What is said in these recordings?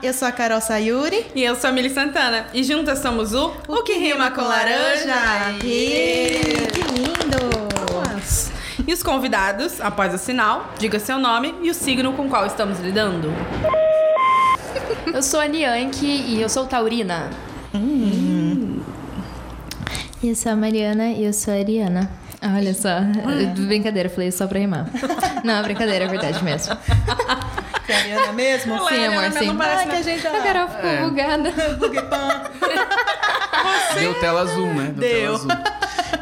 Eu sou a Carol Sayuri. E eu sou a Mili Santana. E juntas somos o O Que Rima Com Laranja. Ih, Que lindo! E os convidados, após o sinal, diga seu nome e o signo com qual estamos lidando. Eu sou a Nianki e eu sou taurina. Eu sou a Mariana e eu sou a Ariana. Ah. Olha só, brincadeira, falei só pra rimar. Não, brincadeira, é verdade mesmo. Que a Ariana mesmo? Ela é Sim, amor, Ariana, sim. não parece, Ai, Que a gente é A Carol ficou É. bugada. Deu tela azul, né? Deu. tela azul.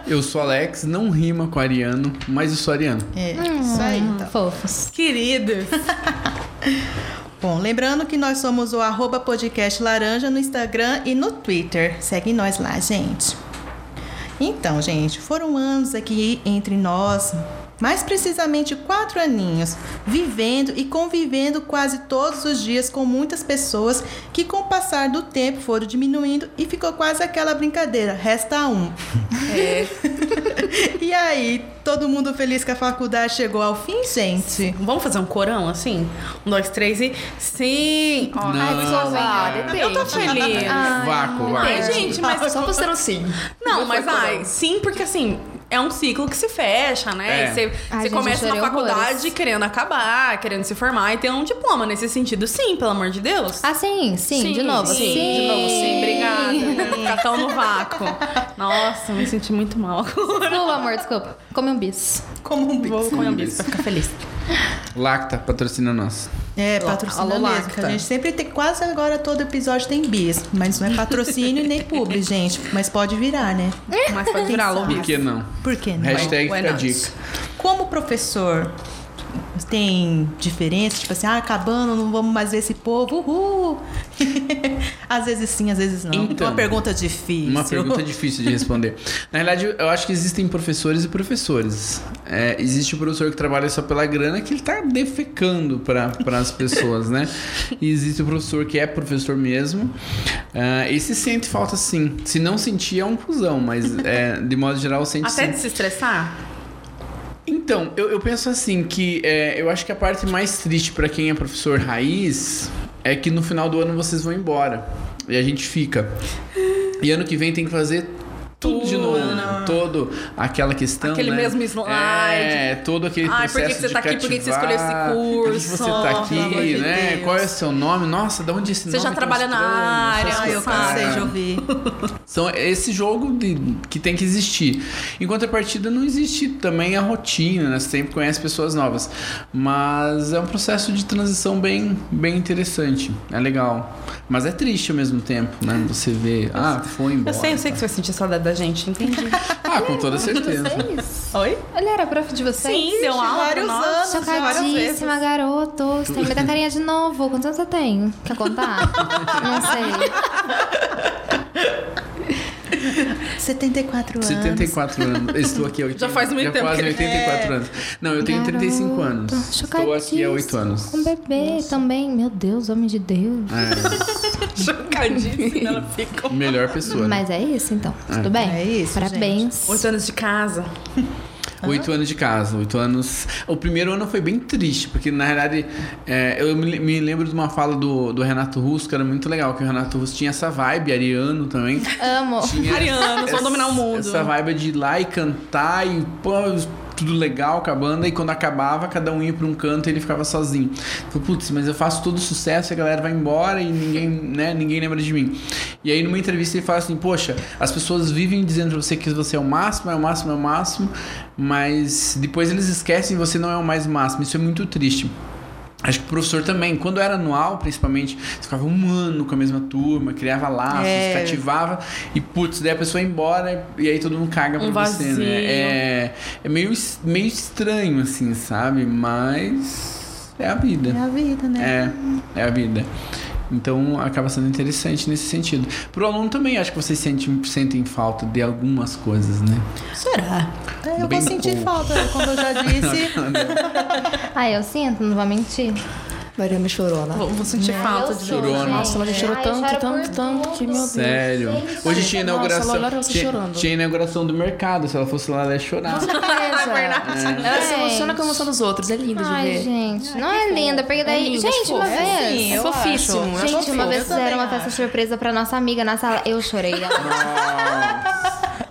Eu sou Alex, não rima com Ariano, mas eu sou Ariano. É, isso aí, então. Fofos. Queridos. Bom, lembrando que nós somos o arroba podcast laranja no Instagram e no Twitter. Segue nós lá, gente. Então, gente, foram anos aqui entre nós, mais precisamente quatro aninhos, vivendo e convivendo quase todos os dias com muitas pessoas que, com o passar do tempo, foram diminuindo e ficou quase aquela brincadeira: resta um. É. e aí, todo mundo feliz que a faculdade chegou ao fim, gente? Vamos fazer um corão assim? Um, dois, três e. Sim! Ó, Não. ai, Ah, depende. eu tô feliz. Vácuo, Ai, vácuo. gente, mas. Só pra ser um assim. sim. Não, mas ai, sim, porque assim. É um ciclo que se fecha, né? É. E Você, Ai, você gente, começa eu na chorei faculdade horrores. querendo acabar, querendo se formar e ter um diploma. Nesse sentido, sim, pelo amor de Deus. Ah, sim, sim, de novo. Sim, de novo, sim. Obrigada. né? Ficar tão no vácuo. Nossa, me senti muito mal agora. Desculpa, amor, desculpa. Come um bis. Como um bicho. Vou comer um bicho pra ficar feliz. Lacta, patrocina nós. É, patrocina alô, mesmo. que Lacta. A gente sempre tem, quase agora todo episódio tem bis. Mas não é patrocínio e nem publi, gente. Mas pode virar, né? Mas pode virar Por lobby. que não? Por que não? Hashtag Why fica a not? dica. Como professor tem diferença, tipo assim, ah, acabando, não vamos mais ver esse povo, uhul. às vezes sim, às vezes não. Então, uma pergunta difícil. Uma pergunta difícil de responder. Na realidade, eu acho que existem professores e professores. É, existe o professor que trabalha só pela grana, que ele tá defecando para as pessoas, né? E existe o professor que é professor mesmo. Ah, e se sente falta, sim. Se não sentir, é um cuzão, mas é, de modo geral, sente Até sim. de se estressar? Então, eu, eu penso assim que é, eu acho que a parte mais triste pra quem é professor raiz é que no final do ano vocês vão embora e a gente fica. E ano que vem tem que fazer tudo, de novo, todo aquela questão, Aquele né? mesmo slide. É, todo aquele Ai, por processo que que você de tá aqui? Por que que você cativar, escolheu esse por que que curso? você tá Pelo amor de aqui, né? Deus. Qual é o seu nome? Nossa, de onde esse Você nome? já tão trabalha na área, estranho? Ah, Essas eu coisas, cansei cara. de ouvir. São é esse jogo de- que tem que existir. Em contrapartida, não existe também a rotina, né? Você sempre conhece pessoas novas. Mas é um processo de transição bem, bem interessante. É legal. Mas é triste ao mesmo tempo, né? Você vê, ah, foi embora. Eu sei, eu sei que você vai sentir saudade da gente, entendi. Ah, com toda certeza. Oi? Olha, era prof de vocês? Sim, deu aula pra vários nós. anos, várias vezes. Chocadíssima, garoto. Você tem medo da carinha de novo. Quantos anos você tem? Quer contar? Não sei. 74 anos. 74 anos. Estou aqui há 80, Já faz muito tempo quase que ele- É. 84 anos. Não, eu tenho 35 anos. Estou aqui há 8 anos. Um bebê também. Meu Deus, homem de Deus. Chocadíssima, ela ficou. É, Melhor pessoa. né? Mas é isso, então. Ah. Tudo bem? É isso, Parabéns. Oito anos de casa. Oito anos de casa, oito anos. O primeiro ano foi bem triste, porque na realidade é, eu me me lembro de uma fala do, do Renato Russo, que era muito legal, que o Renato Russo tinha essa vibe, ariano também. Amo. Tinha Ariano, só essa- dominar É o mundo. né? Essa vibe de ir lá e cantar e pô, tudo legal com a banda. E quando acabava, cada um ia pra um canto e ele ficava sozinho. Falei, putz, mas eu faço todo o sucesso e a galera vai embora e ninguém, né, ninguém lembra de mim. E aí numa entrevista ele fala assim: Poxa, as pessoas vivem dizendo pra você que você é o máximo, é o máximo, é o máximo, mas depois eles esquecem e você não é o mais máximo. Isso é muito triste. Acho que o professor também, quando era anual, principalmente, você ficava um ano com a mesma turma, criava laços, É. cativava, e putz, daí a pessoa ia embora e aí todo mundo caga Um pra você, vazio. né? É, é meio, es- meio estranho, assim, sabe? Mas é a É vida. a vida, né? É, é a vida. Então acaba sendo interessante nesse sentido. Pro aluno também, acho que vocês sentem, sentem falta de algumas coisas, né? Será? É, eu Bem vou sentir pouco. falta, como eu já disse. Ah, eu sinto, não vou mentir. Mariana Chorona. Vou, vou sentir falta de chorou, você. né? Nossa, mas eu chorou assim. Ai, tanto, chora tanto, por tanto que, meu Deus. Sério. Gente. Hoje tinha Nossa, inauguração. ela olhou você tinha, chorando. tinha inauguração do mercado. Se ela fosse lá, ela ia chorar. né? Beleza. Ela se emociona com a emoção dos outros. É lindo de É. Ai, ver. gente. Não é linda, porque daí. lindo, gente, uma fofo. vez. É fofíssimo. eu acho Gente, uma fofo. vez também fizeram uma festa surpresa pra nossa amiga na sala. Eu chorei. Ela...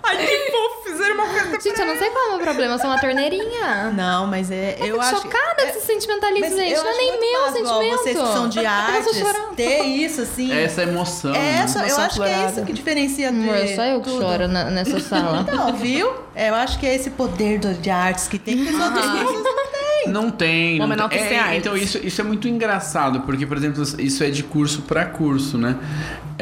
Ai, que fofo, fizeram uma coisa. Gente, eu não sei qual é o meu problema, eu sou uma torneirinha. Não, mas é, eu tô acho. é- chocada com esse sentimentalismo, Mas gente. eu Não é acho nem muito meu básico, ó, sentimento. Vocês que são de Eu tô artes, chorando. ter isso, assim. É Essa emoção. É né? essa, eu emoção acho que é aflorada. isso que diferencia de Amor, só eu que tudo. choro na- nessa sala. Então, viu? Eu acho que é esse poder do, de artes que tem que os outros artistas não têm. Não tem. Bom, não mas não tem. tem que É, ser então artes. isso, isso é muito engraçado, porque, por exemplo, isso é de curso pra curso, né?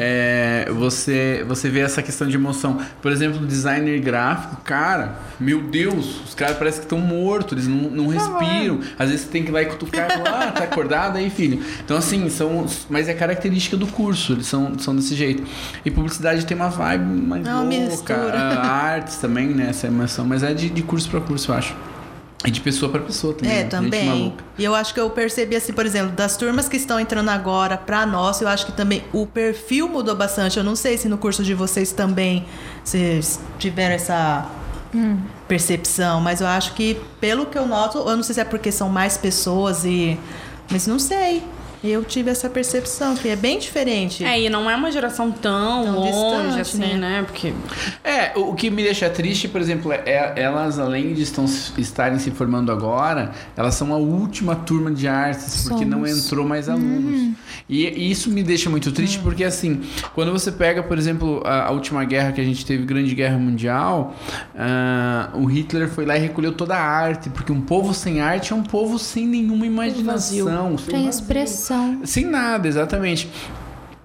É, você, você vê essa questão de emoção. Por exemplo, designer gráfico, cara, meu Deus, os caras parecem que estão mortos, eles não, não respiram. Às vezes você tem que ir lá e cutucar, ah, tá acordado aí, filho. Então, assim, são. Mas é característica do curso, eles são, são desse jeito. E publicidade tem uma vibe mais É uma louca. mistura. a- Artes também, né? Essa emoção, mas é de, de curso pra curso, eu acho. E de pessoa pra pessoa também. né? É, Gente também. maluca. E eu acho que eu percebi, assim, por exemplo, das turmas que estão entrando agora pra nós, eu acho que também o perfil mudou bastante. Eu não sei se no curso de vocês também vocês tiveram essa percepção, mas eu acho que, pelo que eu noto, eu não sei se é porque são mais pessoas e. Mas não sei. Eu tive essa percepção, que é bem diferente. É, e não é uma geração tão, Tão longe distante, assim, né? Porque É, o o que me deixa triste, por exemplo, é- é elas, além de estão, se- estarem se formando agora, elas são a última turma de artes, porque não entrou mais alunos. Uhum. E, e isso me deixa muito triste, porque assim, quando você pega, por exemplo, a, a última guerra que a gente teve, Grande Guerra Mundial, ah, o Hitler foi lá e recolheu toda a arte, porque um povo sem arte é um povo sem nenhuma imaginação. sem Tem vazio. expressão. Sem nada, exatamente.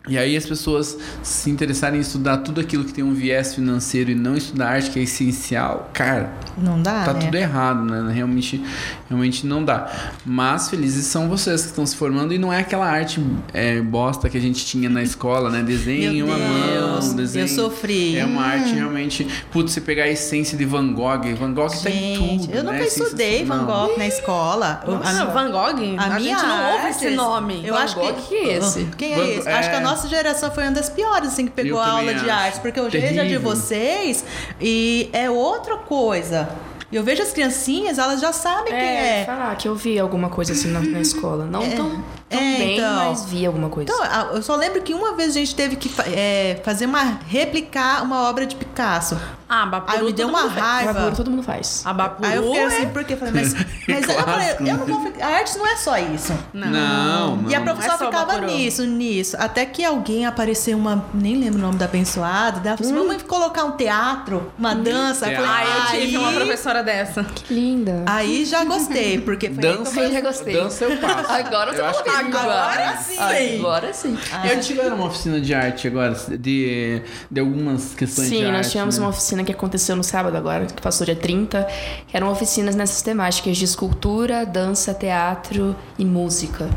E aí as pessoas se interessarem em estudar tudo aquilo que tem um viés financeiro e não estudar arte, que é essencial, cara, Não dá, tá né? tudo errado, né? Realmente, realmente não dá. Mas felizes são vocês que estão se formando e não é aquela arte é, bosta que a gente tinha na escola, né? Desenho, Meu a Deus, mão, desenho. eu sofri. É uma arte realmente. Putz, você pegar a essência de Van Gogh, Van Gogh tá em Gente, tudo. eu né? nunca É estudei Van sensacional. Gogh na escola. Ah, Eu- Nossa, ah, Van Gogh? A, a minha gente não ouve esse artes, nome. Eu Van acho Gogh, que que é esse? Quem é Van- esse? Acho que a é. nossa geração foi uma das piores, assim, que pegou Eu a aula também de acho. artes, porque eu vejo a de Terrível. vocês e é outra coisa. Eu vejo as criancinhas, elas já sabem quem É, é. falar que eu vi alguma coisa assim na, na escola. Não tão, tão É, bem, então. mas vi alguma coisa. Então, a- eu só lembro que uma vez a gente teve que fa- é, fazer uma replicar uma obra de Picasso. Ah, Bapuru. Aí me deu todo uma mundo faz. raiva. Agora todo mundo faz. A Bapuru Aí eu fiquei é- assim, por quê? Eu falei, mas, mas eu, falei, clássico, né? eu não vou ficar. A arte não é só isso. Não, não. E a Não professora é só ficava Bapuru. nisso, nisso. Até que alguém apareceu uma. Nem lembro o nome da abençoada. Ela falou assim: vamos colocar um teatro, uma dança. Eu Hum. Ah, falei, eu aí, tive uma professora dessa. Que linda. aí já gostei, porque foi. Dança, Eu já gostei. dança eu passo. Agora eu acho que coloquei Agora sim. Agora sim. Eu tiveram uma oficina de arte agora, de, de algumas questões de Sim, arte. nós tivemos né? uma oficina que aconteceu no sábado agora, que passou dia 30, que eram oficinas nessas temáticas de escultura, dança, teatro e música.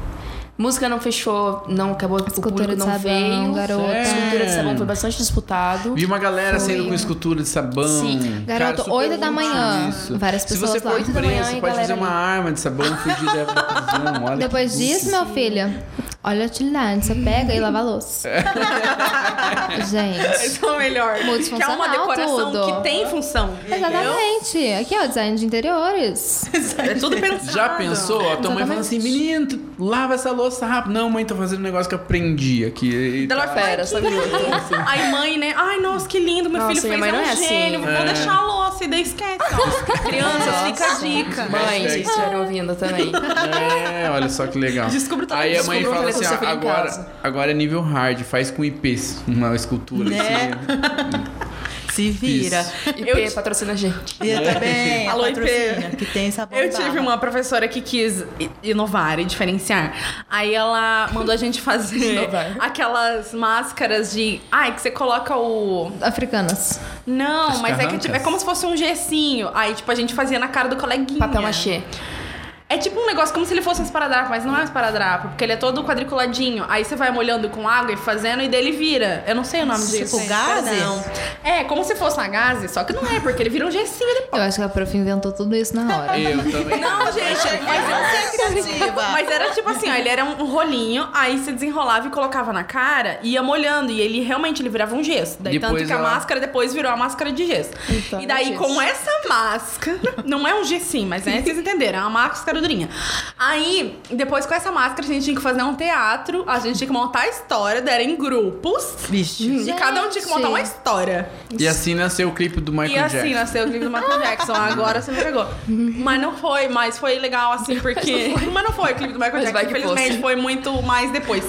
Música não fechou, não acabou, o Escultura público de não sabão, veio. garota. é. Escultura de É. sabão foi bastante disputado. Vi uma galera Foi. saindo com escultura de sabão. Sim. Cara, Garoto, super oito da útil manhã, isso. várias pessoas Se você lá. for Oito da manhã preso, você e pode fazer galera uma arma de sabão fugir da prisão. Olha Depois que disso, meu filho, olha a utilidade. Você pega e lava a louça. Gente. Isso é o melhor. Que é uma Multifuncional, decoração tudo. que tem função. Exatamente. Aqui, ó, design de interiores. É tudo pensado. Já pensou? A tua mãe falando assim, menino, tu lava essa louça rápido. Não, mãe, tô fazendo um negócio que eu aprendi aqui. E Ela tá- vai falar, Fera, "Ai, sabe? assim? que lindo." Ai, mãe, né? Ai, nossa, que lindo. Meu Nossa, filho minha fez mãe não é um é assim. gênio. Vou deixar a louça e daí esquece. ó. Crianças, fica a dica. Mãe, Hashtag. vocês estiveram ouvindo também. É, olha só que legal. Descubra todo Aí a mundo mãe descobriu fala o que assim: aconteceu ah, em agora, casa. agora é nível hard, faz com IPs uma escultura. Né? assim. Se vira. IP, Eu- patrocina a gente. E eu também. a É. Alô, IP. patrocínio, Que tem sabor. Eu tive uma professora que quis i- inovar e diferenciar. Aí ela mandou a gente fazer Inovar. aquelas máscaras de. Ai, que você coloca o. Africanas. Não, As mas é que carrancas? tipo, é como se fosse um gessinho. Aí, tipo, a gente fazia na cara do coleguinha. Papel machê. É tipo um negócio como se ele fosse um esparadrapo, mas não é um esparadrapo, porque ele é todo quadriculadinho. Aí você vai molhando com água e fazendo, e dele vira. Eu não sei o nome Tipo disso. gente, gaze? perdão. É, como se fosse uma gaze, só que não é, porque ele vira um gessinho depois. Eu acho que a prof inventou tudo isso na hora. Eu também. Não, gente, mas eu Você é criativa. Mas era tipo assim, ó, ele era um rolinho, aí você desenrolava e colocava na cara e ia molhando. E ele realmente ele virava um gesso. Daí, tanto Depois que a ela- máscara depois virou a máscara de gesso. Então, e daí, gesso. com essa máscara, não é um gessinho, mas né, vocês entenderam, é uma máscara durinha. Aí, depois com essa máscara, a gente tinha que fazer um teatro, a gente tinha que montar a história, daí era em grupos. Vixe. E cada um tinha que montar uma Gente. história. E assim nasceu o clipe do Michael E assim Jackson. nasceu o livro do Michael Jackson. Agora você me pegou. Mas não foi, mas foi legal assim, porque. Mas não foi o clipe do Michael Mas Jackson. vai que Infelizmente fosse. foi muito mais depois.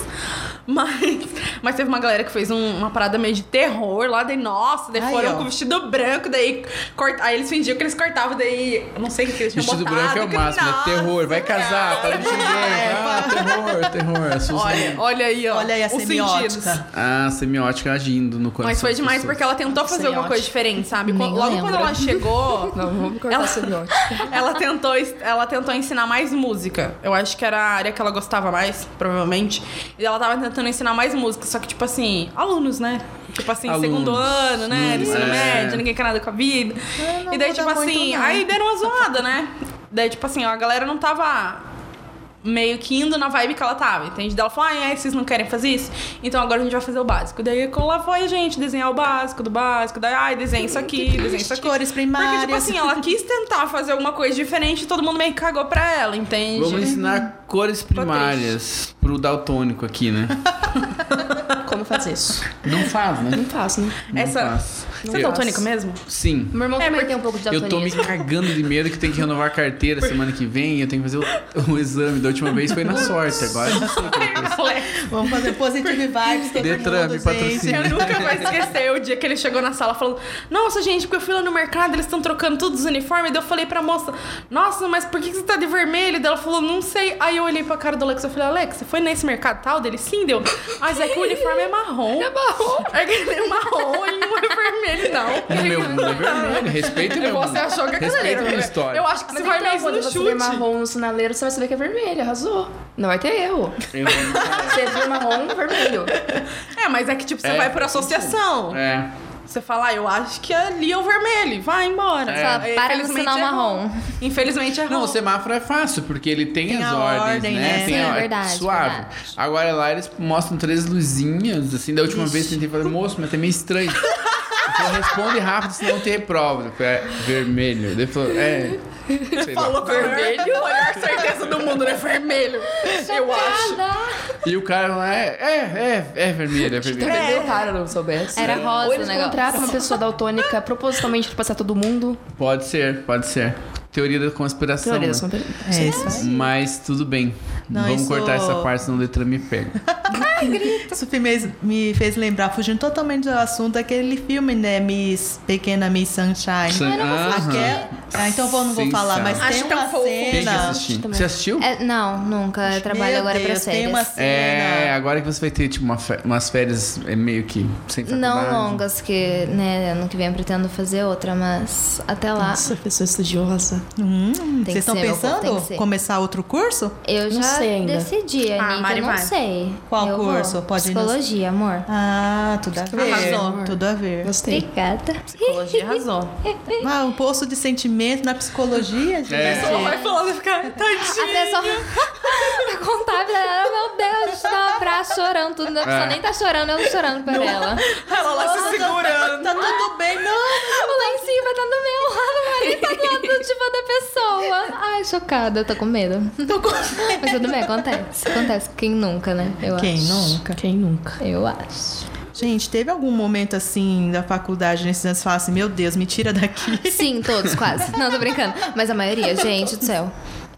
Mas, mas teve uma galera que fez um- uma parada meio de terror lá, daí, nossa, daí Aí, foram ó. com vestido branco, daí corta, aí eles fingiam que eles cortavam, daí. Eu não sei o que eles tinham Vestido botado, branco é o que- máximo, é nossa. É, terror, vai casar, para de né? dinheiro. Ah, terror, terror, assusta. Olha, olha aí, ó. Olha aí a os sentidos. semiótica. Ah, semiótica agindo no coração. Mas foi das demais pessoas. porque ela tentou fazer alguma Semiótica. coisa diferente, sabe? Nem Quando- logo lembro. quando ela chegou, Não, vamos cortar Ela- ela... semiótica. Ela tentou, ela tentou ensinar mais música. Eu acho que era a área que ela gostava mais, provavelmente. E ela tava tentando ensinar mais música, só que, tipo assim, alunos, né? Tipo assim, Alunos. segundo ano, né? Do Hum, ensino é. médio, ninguém quer nada com a vida. É, não E daí, muda tipo muito, assim, não. aí deram uma zoada, né? Daí, tipo assim, ó, a galera não tava meio que indo na vibe que ela tava, entende? Daí Ela falou, ah, é, vocês não querem fazer isso? Então agora a gente vai fazer o básico. Daí lá foi a gente desenhar o básico do básico, daí, ai, desenha isso aqui, desenha isso aqui. Cores Porque, tipo primárias. assim, ela quis tentar fazer alguma coisa diferente e todo mundo meio que cagou pra ela, Tá entende? Vamos ensinar cores primárias pro daltônico aqui, né? Como fazer isso? Não faz, né? Não faço, né? Não Essa- faz. Você é Eu- daltônico mesmo? Sim. Meu irmão É, também mas tem um pouco de Eu tô me daltonismo. cagando de medo que tem que renovar a carteira semana que vem e eu tenho que fazer o, o exame. Da última vez foi na sorte, agora eu não sei o que eu Alex, Vamos fazer positive vibes todo Detran, mundo, me gente. patrocina. Eu nunca vou esquecer o dia que ele chegou na sala falando: Nossa, gente, porque eu fui lá no mercado, eles estão trocando todos os uniformes. Daí eu falei pra moça: Nossa, mas por que que você tá de vermelho? Daí ela falou: Não sei. Aí eu olhei pra cara do Alex e falei: Alex, você foi nesse mercado tal? Dele sim, deu. Mas é que o uniforme é marrom. É marrom. É que ele é marrom e não é vermelho, não. No meu mundo é vermelho, respeita o meu mundo. Você achou que aquilo ali era Respeita a minha vermelho. história. Eu acho que você Mas vai então, mais quando no você chute. vê marrom no sinaleiro, você vai saber que é vermelho, arrasou. Não vai ter erro. Eu não- Você viu marrom, vermelho. É, mas é que tipo, você É, vai por associação. É. Você fala, ah, eu acho que ali é o vermelho. e Vai embora. É. Fala, para de Infelizmente ensinar o é marrom. ruim. Infelizmente é ruim. Não, o semáforo é fácil, porque ele tem, Tem as a ordens, ordem, né? né? Tem Sim, a ordem verdade, suave. verdade. Agora lá eles mostram três luzinhas, assim, da última vez tentei falar, moço, mas é meio estranho. Ele falou, responde rápido, senão te reprova. Eu falei, É vermelho. Ele falou, é. sei lá. Falou vermelho. A maior certeza do mundo né? vermelho. Eu acho. E o cara lá, é, é, é, é vermelho, é vermelho. Também deu cara, não soubesse. Era rosa Ou eles o negócio. contratam uma pessoa daltônica propositalmente pra passar todo mundo. Pode ser, pode ser. Teoria da conspiração. Teoria da né? sombra- É isso. Mas tudo bem. Não, Vamos isso- cortar essa parte, senão o Detran me pega. Isso me fez- me fez lembrar, fugindo totalmente do assunto, aquele filme, né? Miss Pequena Miss Sunshine. Sun- Aham. Aquela- Ah, então eu vou- não vou falar, mas Acho tem tão uma fofo. Quem que cena. assistiu? Também. Você assistiu? É, não, nunca. Eu trabalho Meu agora pra Deus, Tem séries. uma cena. É, agora que você vai ter tipo uma fe- umas férias é, meio que sem faculdade. Não longas, que né, ano que vem eu pretendo fazer outra, mas até lá. Nossa, pessoa estudiosa. Hum, que vocês estão ser, meu povo, tem que pensando ser. começar outro curso? Eu Não já sei ainda. decidi, Ah, Anitta, Mari eu não vai. sei. Qual eu curso? Vou. Pode ir no- Psicologia, amor. Ah, tudo a ver. Arrasou. Tudo a ver. Gostei. Obrigada. Psicologia arrasou. Ah, um poço de sentimento na psicologia, gente. Tá É. Ela vai falando e fica, A tadinha. pessoa pra contar pra ela, meu Deus, tá pra chorando tudo. A pessoa É. nem tá chorando, eu chorando por ela. Ela lá se segurando. Tá tudo bem, não? Lá em cima tá do meu lado, o marido tá do lado do tipo da pessoa. Ai, chocada, eu tô com medo. Tô com... Mas tudo bem, acontece. Acontece. Quem nunca, né? Eu Quem acho. nunca? Quem nunca? Eu acho. Gente, teve algum momento assim da faculdade nesses anos que fala assim, meu Deus, me tira daqui. Sim, todos, quase. Não, tô brincando. Mas a maioria, gente do céu.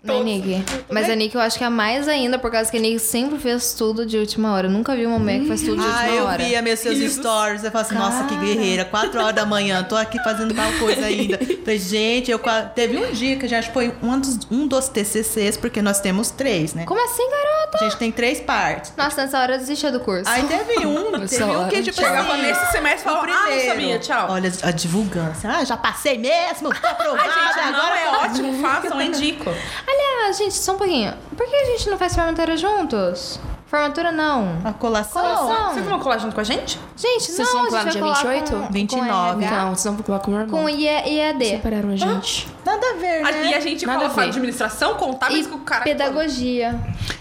Né, Nick? Mas a Nick eu acho que é mais ainda, por causa que a Nick sempre fez tudo de última hora. Eu nunca vi uma mulher que faz tudo de última Ah, eu hora. via meus seus stories. Eu falo assim, nossa, que guerreira. Quatro horas da manhã, tô aqui fazendo tal coisa ainda. Falei, gente, eu qua- teve um dia que a gente foi um dos, um dos TCCs, porque nós temos três, né? Como assim, garota? A gente tem três partes. Nossa, nessa hora eu desistia do curso. Aí teve um, teve Nessa um que hora, tipo Chegava assim, nesse semestre e o falava, ah, não primeiro. sabia, tchau. Olha, a divulgância. Ah, já passei mesmo, tô aprovada. Gente, não tá. agora é ótimo, façam, indico. Aliás, Ah, gente, só um pouquinho. Por que a gente não faz formatura juntos? Formatura não. A colação. Colação. Vocês vão colar junto com a gente? Gente, Vocês não, vão a gente colar no vai dia colar 28? Com, com 29. RH. Não, Então, vocês não vão colocar com o meu irmão. Com IE, IED. Separaram Ah. a gente. Nada a É, ver, A- né? E a gente Nada a cola com ver. administração, contábeis com o cara. pedagogia.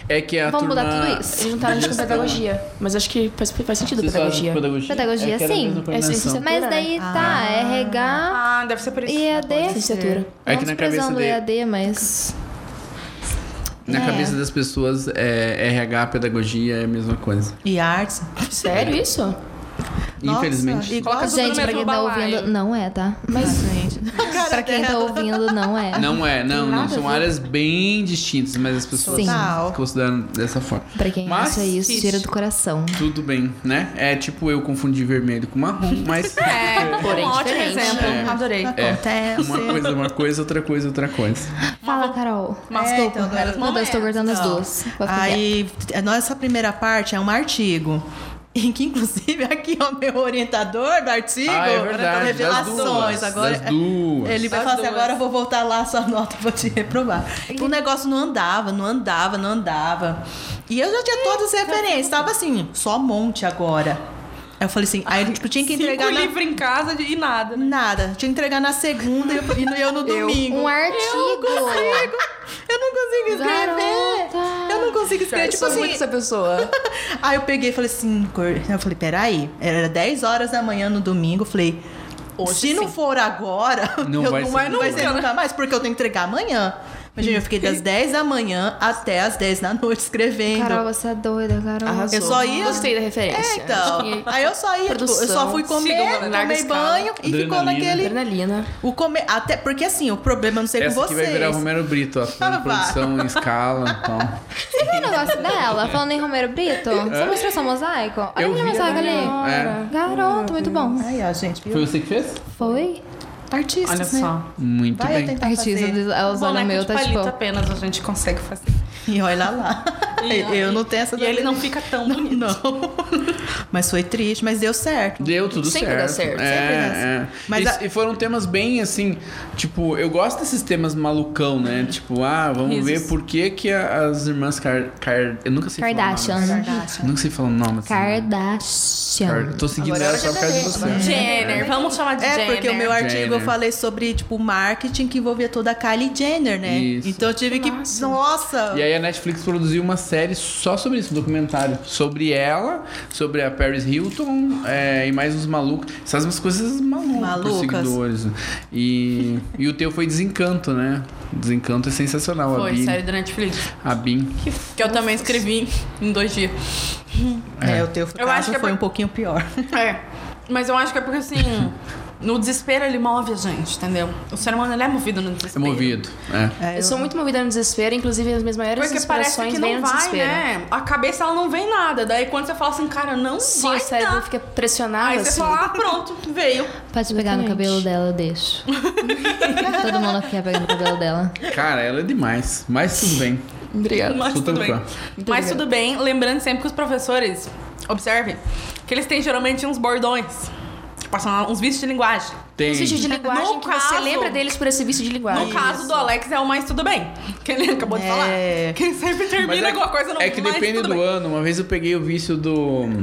É que a Vamos turma... mudar tudo isso. Eles juntaram a gente com Gestão. pedagogia. Mas acho que faz, faz sentido Vocês fazem pedagogia. pedagogia? Pedagogia, É que era a sim. mesma É, sim, sim, coordenação. sim. Mas daí tá, RH, Ah, deve ser por isso. IED. Licenciatura. É que Não na cabeça desprezando dele- EAD, mas. Na É. cabeça das pessoas, é, RH, pedagogia é a mesma coisa. E artes. Sério isso? Nossa, Infelizmente. E Coloca tudo Gente, no pra quem mesmo tá balaio. ouvindo, não é, tá? Mas, Ah, é gente. Pra quem tá ouvindo, não é. Não é, não, não. São áreas bem distintas, mas as pessoas Sim. Total. consideram dessa forma. Pra quem Mas- acha isso, tira do coração. Tudo bem, né? É tipo eu confundir vermelho com marrom, mas. É, Porém, um ótimo diferente. exemplo. né? É. Adorei. Acontece. Uma coisa, é uma coisa, outra coisa, outra coisa. Fala, Carol. Mas É, tô então, com vários Meu Deus, tô momentos. cortando as duas. Vai ficar Aí, a nossa primeira parte é um artigo. Em que, inclusive, aqui ó, meu orientador do artigo. Ah, é agora verdade. com revelações. das duas, agora. é Das duas. Ele vai Das falar assim, duas. agora eu vou voltar lá a sua nota e vou te reprovar. O negócio não andava, não andava, não andava. E eu já tinha todas as referências. Tava assim, só um monte agora. Aí eu falei assim, aí ele tipo, tinha que entregar Cinco na... livros em casa de- e nada. né? Nada. Tinha que entregar na segunda e eu, e no- eu no domingo. Um artigo. Eu não consigo escrever. Garota. Eu não consigo escrever. Eu tipo sou é assim, muito essa pessoa. Aí eu peguei e falei assim, cor- eu falei, peraí, era 10 horas da manhã no domingo, eu falei. se não for agora, Não eu vai não, ser vai, não vai nunca, ser nunca mais, porque eu tenho que entregar amanhã. Mas, gente, eu fiquei das 10 da manhã até as 10 da noite escrevendo. Carol, você é doida, Carol. Arrasou. Eu só ia- Gostei da é, referência. então. Acho que- Aí eu só ia, tipo, eu só Produção, fui comer, sigam, larga tomei escala. banho e ficou Adrenalina. naquele. Adrenalina. O comer. Até, porque assim, o problema eu não sei Essa com aqui vai vocês. virar Romero Brito, ó. Ah, Falando vá. produção em escala então. e tal. Você viu o negócio dela? Falando em Romero Brito? Você mostrou seu mosaico? Olha Eu aquele vi, mosaico ali. É. Garoto, muito bom. Aí, ó, gente, viu? Foi você que fez? Foi? Olha Artistas, né? só. Muito Vai eu bem. tentar Artista, fazer. elas olham o Boneco meu, de tá palito tipo... apenas a gente consegue fazer. E olha lá. eu não tenho essa E ele daí. não fica tão Não, bonito. não. Mas foi triste, mas deu certo. Deu tudo Sempre certo. dá certo, É, sempre dá certo. é. Mas e, a- e foram temas bem assim, tipo, eu gosto desses temas malucão, né? Tipo, ah, vamos ver por que que a- as irmãs Car, Car- eu nunca sei Kardashian. falar o nome. Eu nunca sei falar o nome. assim. Kardashian. Car- Tô seguindo ela só por causa tá de você. Jenner, vamos chamar de É, Jenner. porque o meu artigo eu Jenner. falei sobre, tipo, marketing que envolvia toda a Kylie Jenner, né? Isso. Então eu tive que. Nossa. Nossa! E aí a Netflix produziu uma série só sobre isso, um documentário. Sobre ela, sobre a Paris Hilton é, e mais uns malucos. Essas umas coisas malucas, Malucas. Por seguidores. E, e o teu foi Desencanto, né? Desencanto é sensacional. a Foi, Bin, série durante Netflix. A Bin. Que eu também escrevi em dois dias. É, o teu caso acho que é foi por- um pouquinho pior. É. Mas eu acho que é porque assim. No desespero ele move a gente, entendeu? O ser humano ele é movido no É desespero. movido. É. É, Eu sou muito movida no desespero, inclusive as minhas maiores Porque parece inspirações que vêm não no vai, desespero. né? A cabeça ela não vem nada. Daí quando você fala assim, cara, não Sim, vai o cérebro dar. fica pressionado Aí assim. você fala, ah, pronto, veio. Pode pegar no Exatamente. cabelo dela, eu deixo. Todo mundo quer pegar no cabelo dela. Cara, ela é demais. Mas tudo bem. Obrigada. Mas Sou teu tudo bem. É, fã. Muito Mas obrigada. tudo bem, lembrando sempre que os professores, observem, que eles têm geralmente uns bordões. Que passam uns vícios de linguagem. Tem. Um vício de linguagem No que você caso- lembra deles por esse vício de No linguagem. caso do Alex é o mais tudo bem. Que ele acabou de falar. É. Que ele sempre termina alguma coisa no é que mais depende do tudo bem. ano. Uma vez eu peguei o vício do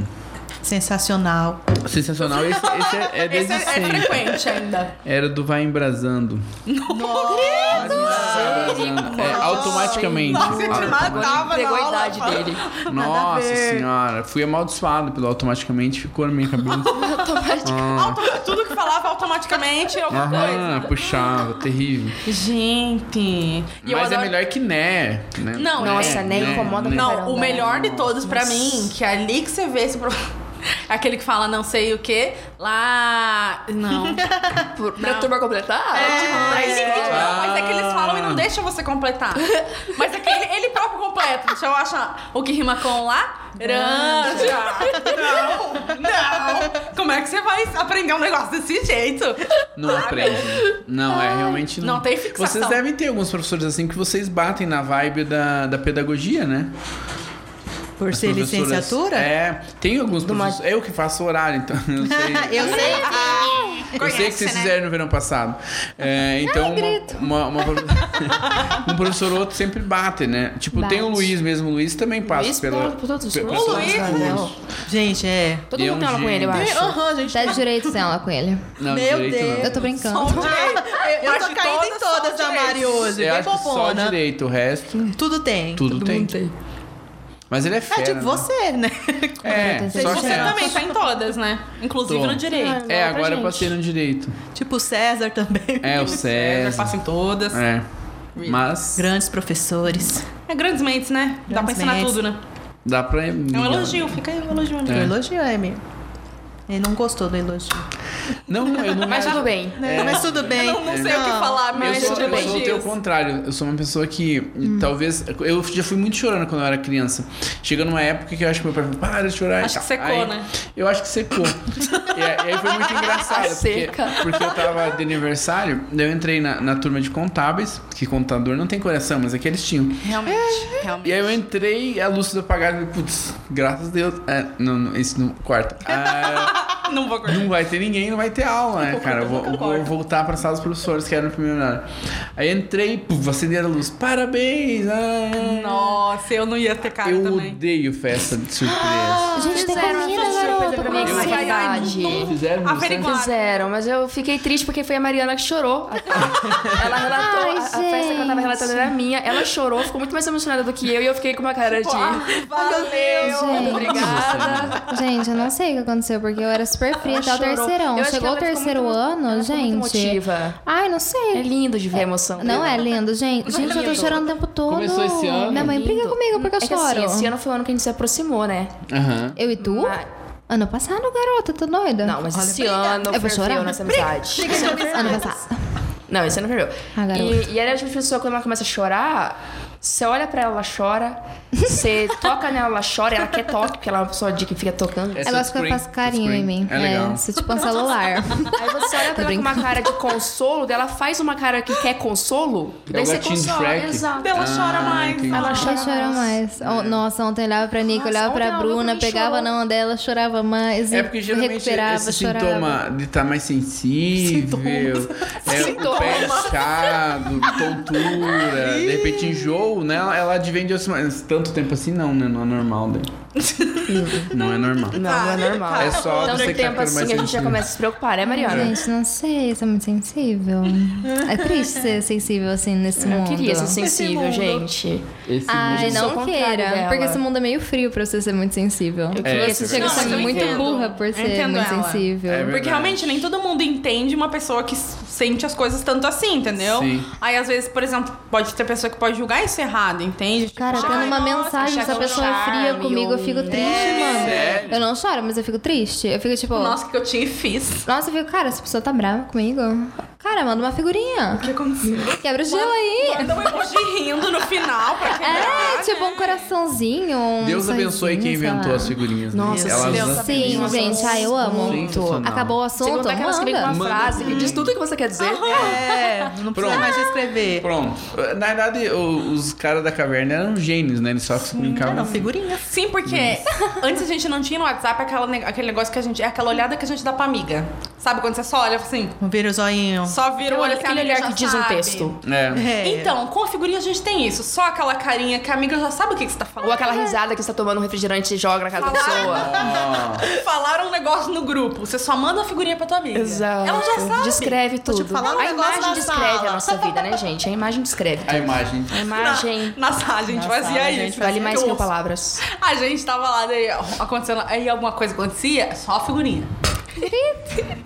Sensacional. Sensacional. Esse, esse é, é Esse desde é, é sempre. frequente ainda. Era do Vai Embrasando. Embrasando. É, automaticamente. Nossa, eu te Ah, matava Pegou na a aula. idade dele. Nada a Nossa ver. senhora, fui amaldiçoado pelo automaticamente, ficou na minha cabeça. Auto- Tudo que falava automaticamente é alguma Aham, puxava, terrível. coisa. Gente. E eu Mas é adoro- melhor que né. né? Não, Nossa, é. né? Incomoda pra Não, caramba. o melhor de todos pra mim, que é ali que você vê esse pro... é Aquele que fala não sei o que, lá. Não. Por- Pra turma completar? Aí sim, não, mas é que eles falam e Ah. não deixam você completar. Mas é que ele, ele próprio completa. Deixa eu achar o que rima com lá. Laranja. Não, não. Como é que você vai aprender um negócio desse jeito? Não aprende. Não, é realmente não. Não tem fixação. Vocês devem ter alguns professores assim que vocês batem na vibe da, da pedagogia, né? Por As ser professoras- licenciatura? É. Tem alguns professores. Eu que faço horário, então. Eu sei. Eu sei. Eu sei que Conhece, vocês né? fizeram no verão passado. É, então, uma, uma- uma- um professor ou outro sempre bate, né? Tipo, tem o Bate. Luiz mesmo. O Luiz também passa Luiz pela. passa por todos os pe- cursos, por todos os né? cursos. Gente, é. Todo E é mundo um tem aula com gênio. ele, eu acho. Aham, gente. Tá de direito sem ela com ele. Não, Meu direito não. Deus. Eu tô brincando. Eu, eu tô Acho caindo em todas, só todas da direito. Mari hoje. Eu Bem acho que só bobona. direito, o resto, Tudo né? tem. tudo tem. Mas ele é É fera. tipo né? você, né? É, Você só que Você é. também tá em todas, né? Inclusive Tô. no direito. É, agora eu passei no direito. tipo o César também. É, o É, César. passa em todas. É, É. Mas Grandes professores. grandes mentes, né? Dá pra Grandes ensinar mentes. tudo, né? dá pra. É um elogio, fica aí um elogio, né? É. Eu elogiei, amigo. é, Ele não gostou do elogio. Não, não, eu não é. Mas tudo bem. Não, Mas tudo bem. É. Eu não sei o que falar, Eu mas sou, tudo eu sou o bem. Hum. teu contrário. Eu sou uma pessoa que talvez. Eu já fui muito chorando quando eu era criança. Chega numa época que eu acho que meu pai falou, para de chorar. e Acho tal." que secou, Aí- né? Eu acho que secou. e, aí- e aí foi muito engraçado. Seca. Porque, porque eu tava de aniversário, daí eu entrei na, na turma de contábeis, que contador não tem coração, mas é que eles tinham. Realmente, realmente. E aí eu entrei, a luz do apagada, putz, graças a Deus. É, não, não, isso não. Quarta. Ah. Não vou acordar. Não vai ter ninguém, não vai ter aula, né, cara? Eu vou, eu vou voltar pra sala dos professores, que era no primeiro horário. Aí entrei, puf, acenderam a luz. Parabéns! ah. Nossa, eu não ia ter cara eu também. Ah! odeio festa de surpresa. Gente, tem Fizeram comida, essa surpresa garota, pra mim, com que você. saudade. Fizeram no Averiguar. centro? Fizeram, mas eu fiquei triste porque foi a Mariana que chorou. Ela relatou, Ai, a, a festa que ela tava gente. relatando era minha. Ela chorou, ficou muito mais emocionada do que eu e eu fiquei com uma cara de. "Ah, É Valeu! Gente. Obrigada. Gente, eu não sei o que aconteceu, porque eu era super fria até Ela o chorou. terceirão. Eu acho que Chegou ela o ficou terceiro muito- ano, ela ficou gente. muito emotiva. Ai, não É sei. lindo de ver a emoção. Não dela. é lindo, gente. Gente, eu tô é lindo. chorando o tempo todo. Começou esse ano. Minha mãe briga Lindo. comigo porque eu é que choro. assim, esse ano foi o ano que a gente se aproximou, né? Aham. Eu e tu? Ah. Ano passado, garota, tá doida? Não, mas esse ano Eu vou ferveu chorar. nossa amizade. Esse ano Ah, ferveu. Ano passado. Não, esse ano ferveu. Ah, garota. E, e ela é a pessoa, quando ela começa a chorar, você olha pra ela, ela chora. Você toca nela, ela chora. Ela quer toque, porque ela é uma pessoa de que fica tocando. É Ela fica Spring, faz carinho em Spring. mim. É legal. sou tipo um celular. Aí você olha Tô pra ela com uma brincando. cara de consolo, daí ela faz uma cara que quer consolo, É daí o você gatinho de consola. Shrek. Exato. Ela Ah, chora mais. entendi. Ela Ela chora mais. Oh, Nossa, ontem olhava pra Nick, É. Nossa, olhava ontem pra a Lu Bruna, também pegava chorou. na mão dela, chorava mais. É porque geralmente recuperava, esse chorava. sintoma de estar mais sensível, é, o pé inchado, tontura, de repente enjoo, né? Ela, ela advém de outros- mas tanto tempo assim não, né? Não é normal, né? Não é normal. Não, não é normal. É só Tanto você que tá tempo ficando mais assim, a gente já sensível. começa a se preocupar, né, Mariana? Gente, não sei, isso é muito sensível. É triste ser sensível assim nesse eu mundo. queria ser mundo. sensível, gente. Esse Ai, mundo- sou o não contrário queira. dela. Porque esse mundo é meio frio pra você ser muito sensível. Eu É, queria isso ser é Chega verdade. sendo eu muito entendo. burra por Eu ser entendo muito ela. sensível. É Porque verdade. realmente nem todo mundo entende uma pessoa que s- sente as coisas tanto assim, entendeu? Sim. Aí às vezes, por exemplo, pode ter pessoa que pode julgar isso errado, entende? Tipo, Cara, "Ai, tendo uma nossa, mensagem, se a chega pessoa um é fria charme, comigo, eu fico um- triste, É, mano. sério. Eu não choro, mas eu fico triste. Eu fico tipo. Nossa, o que eu tinha e fiz. Nossa, eu fico, cara, essa pessoa tá brava comigo. Cara, manda uma figurinha. O que aconteceu? Quebra o gelo aí. Manda um emoji rindo no final pra quebrar. É, tipo um coraçãozinho. Um Deus abençoe quem sorrisinho, sei inventou lá. as figurinhas. né? Nossa, Elas Deus lançam- abençoe. Sim, Nossa, gente, ah, eu amo. Sensacional. Acabou o Você assunto, contar aquelas um que vem com uma manda. frase que diz tudo que você quer dizer. É, não precisa Pronto. mais escrever. Pronto. Na verdade, o- os caras da caverna eram gênios, né? Eles só brincavam. Ah, Não, figurinha. Sim, porque Hum. antes a gente não tinha no WhatsApp aquela ne- aquele negócio que a gente. É aquela olhada que a gente dá pra amiga. Sabe quando você só olha assim? Vamos ver o zoinho. Só vira o olho assim, a um Aquele amiga olhar já que diz um sabe. texto. É. É. Então, com a figurinha a gente tem isso. Só aquela carinha que a amiga já sabe o que, que você tá falando. Ou aquela risada que você tá tomando um refrigerante e joga na casa da Falar. pessoa. Ó, Falaram um negócio no grupo. Você só manda a figurinha pra tua amiga. Exato. Ela já sabe. Descreve tudo. falar um a negócio imagem na descreve sala. a nossa vida, né, gente? A imagem descreve. a imagem. A Na, imagem na sala, a gente fazia a isso. gente vale fazia mais assim, que mil isso. palavras. A gente tava lá, daí acontecendo. Aí alguma coisa acontecia, só a figurinha.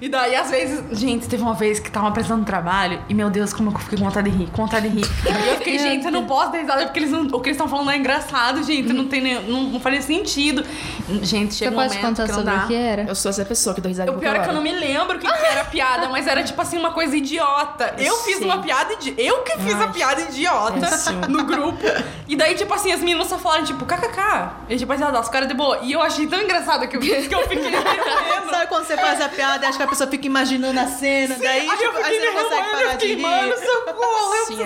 e daí, às vezes, gente, teve uma vez que tava apresentando trabalho e, meu Deus, como eu fiquei com vontade de rir, com vontade de rir. E eu fiquei, gente, eu não posso dar risada porque eles não, o que eles estão falando é engraçado, gente, não tem nem- não, não faz sentido. Gente, Você chega um pode momento contar que não sobre dá. o que era? Eu sou essa pessoa que dou risada O pior é que eu não me lembro o que, que era a piada, mas era tipo assim, uma coisa idiota. Eu fiz Sim. uma piada idi- Eu que fiz a piada idiota péssimo. no grupo. E daí, tipo assim, as meninas só falaram, tipo, kkk. E tipo, assim, ah, os caras de boa. E eu achei tão engraçado que eu, que eu fiquei remoendo. Sabe quando você faz a piada e acha que a pessoa fica imaginando a cena, daí Aí eu tipo, aí fiquei você não consegue remoendo, eu parar de fiquei, rir. mano, socorro, eu tinha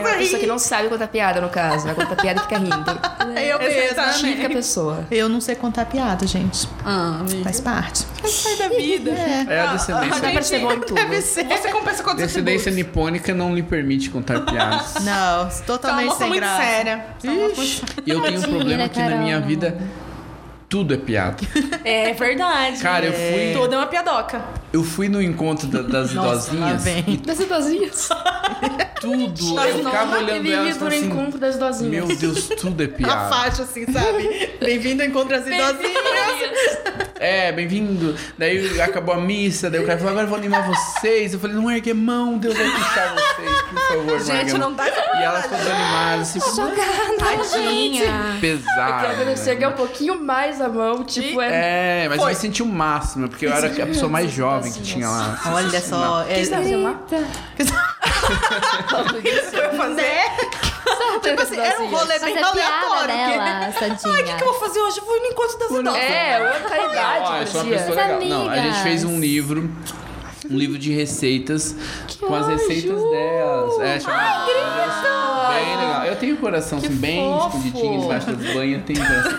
É uma pessoa que não sabe contar piada, no caso. Vai contar piada e fica rindo. Eu mesmo. Típica pessoa. Eu não sei contar piada, gente. Ah, amiga. Faz parte. Sai da vida. É. É a Você descendência. vai parecer bom em tudo. Deve ser. Você compensa com outros Descendência atributos. nipônica não lhe permite contar piadas. Não, Você é uma totalmente moça sem muito graça. séria. Você é uma moça muito séria. E eu tenho um Imagina, problema que na Carol. minha vida tudo é piada. É verdade. Cara, eu fui- Toda é uma piadoca. Eu fui no encontro da- das Nossa, lá idosinhas vem. e Das idosinhas. tudo. Nós Eu não ficava olhando elas e Vivido no falava assim, encontro das meu idosinhas. Deus, tudo é A piada. faixa, assim, sabe? Bem-vindo ao Encontro às Idosinhas. É, bem-vindo. Daí acabou a missa, daí o cara falou, agora eu vou animar vocês. Eu falei, não ergue a mão, Deus vai puxar vocês, por favor, não ergue Gente, a mão. não dá essa E elas todas animadas, assim, Tadinha. pesado. Quero ver você erguer um pouquinho mais a mão, tipo, é. É, mas Foi. eu me senti o máximo, porque eu era a pessoa mais jovem que tinha lá. Olha só. É, Isso é lá? que eu ia fazer. tipo assim, era um rolê Mas bem é piada aleatório. porque- dela, Ai, o que, que eu tadinha. vou fazer hoje? Vou no encontro das idosas. É, outra Ó, eu caridade, sou uma parecia. pessoa legal. Não, a gente Amigas. fez um livro. Um livro de receitas com as receitas delas. É, chama Ai, Bem legal. Eu tenho um coração assim, bem fofo. escondidinho embaixo do banho. Eu tenho um coração.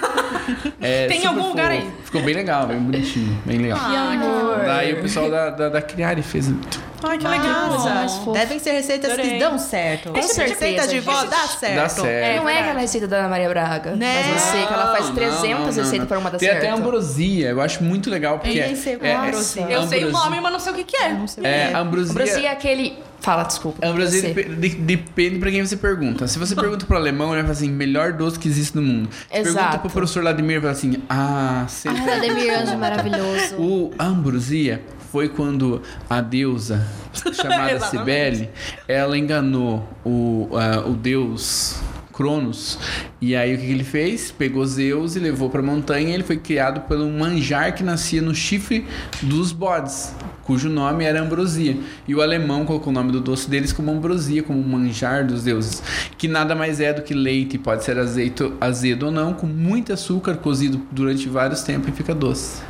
É, Tem super algum lugar fofo. aí. Ficou bem legal, bem bonitinho, bem legal. Amor. Daí o pessoal da, da, da Criari fez. um Ai, que mais legal. fofo. é Devem ser receitas que Adorei. dão certo. Com Essa receita certeza, de vó gente. dá certo. Dá certo. não é aquela receita da Ana Maria Braga. Né? Mas eu sei É que ela faz Não, 300 não, não, receitas não. pra uma dar Tem certo. até ambrosia, eu acho muito legal, porque. Eu é- nem sei qual é, ambrosia. é- Eu sei o ambrosia- nome, mas não sei o que, que é. Não sei o que É, é. ambrosia. Ambrosia é aquele... Fala, desculpa. É Ambrosia Você. dep- de- depende pra quem você pergunta. Se você pergunta pro alemão, ele vai falar assim: melhor doce que existe no mundo. Se Pergunta Exato. pro professor Vladimir, vai falar assim: ah, sei. Ai, Ademir Anjo é maravilhoso. O ambrosia foi quando a deusa chamada Exatamente. Cibele, ela enganou o, ah, o deus Cronos. E aí o que, que ele fez? Pegou Zeus e levou pra montanha. Ele foi criado pelo manjar que nascia no chifre dos bodes, cujo nome era ambrosia. E o alemão colocou o nome do doce deles como ambrosia, como um manjar dos deuses, que nada mais é do que leite, pode ser azeito, azedo ou não, com muito açúcar cozido durante vários tempos e fica doce.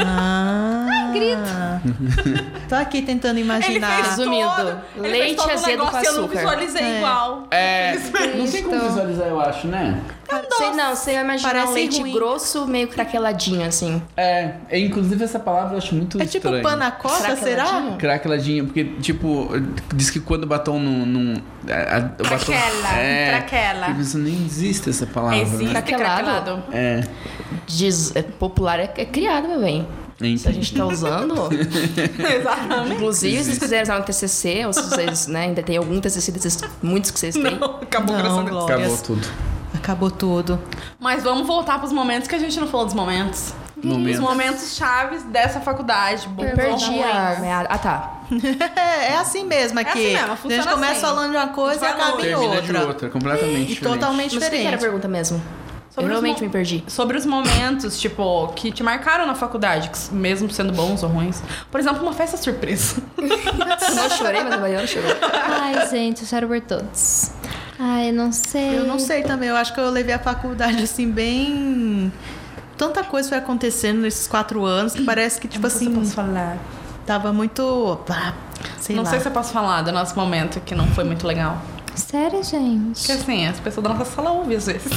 Ah. grito. Tô aqui tentando Ele imaginar. fez Resumindo, todo, ele leite fez todo azedo o negócio com e eu não açúcar. visualizei É. igual. É, não Cristo. tem como visualizar, eu acho, né? Sei não, você vai imaginar Parece um leite ruim. grosso, meio craqueladinho, assim. É, é, inclusive essa palavra eu acho muito É tipo estranha. panacota, será? Craqueladinho? Craqueladinha, porque, tipo, diz que quando o batom não... não é, a, a, o batom, Craquela, é, craquela. É, Isso nem existe essa palavra, Existe né? Craquelado. craquelado. É, Diz, é, popular é, é criado, meu bem. Se a enfim. gente tá usando. é Exatamente. Inclusive, se vocês quiserem usar um TCC, ou se vocês né, ainda tem algum TCC desses muitos que vocês têm. Acabou o Não, coração Acabou glórias. tudo. Acabou tudo. Mas vamos voltar pros momentos que a gente não falou dos momentos. Os Momento. momentos chaves dessa faculdade. Bom, Eu perdi a ruins. meada. Ah, tá. É, é assim mesmo aqui. assim mesmo, a gente funciona começa assim. falando de uma coisa e Vai acaba em longe. Termina de outra. outra, completamente E diferente. totalmente Mas o que era a diferente. pergunta mesmo? Sobre eu os realmente mo- me perdi. Sobre os momentos, tipo, que te marcaram na faculdade, que s- mesmo sendo bons ou ruins. Por exemplo, uma festa surpresa. Eu não chorei, mas a Mariana chorou. Ai, gente, eu choro por todos. Ai, não sei. Eu não sei também, eu acho que eu levei a faculdade assim bem. Tanta coisa foi acontecendo nesses quatro anos que parece que, tipo assim, falar. tava muito. ah, sei não lá. sei se eu posso falar do nosso momento que não foi muito legal. Sério, Porque gente. assim, as pessoas da nossa sala ouvem às vezes.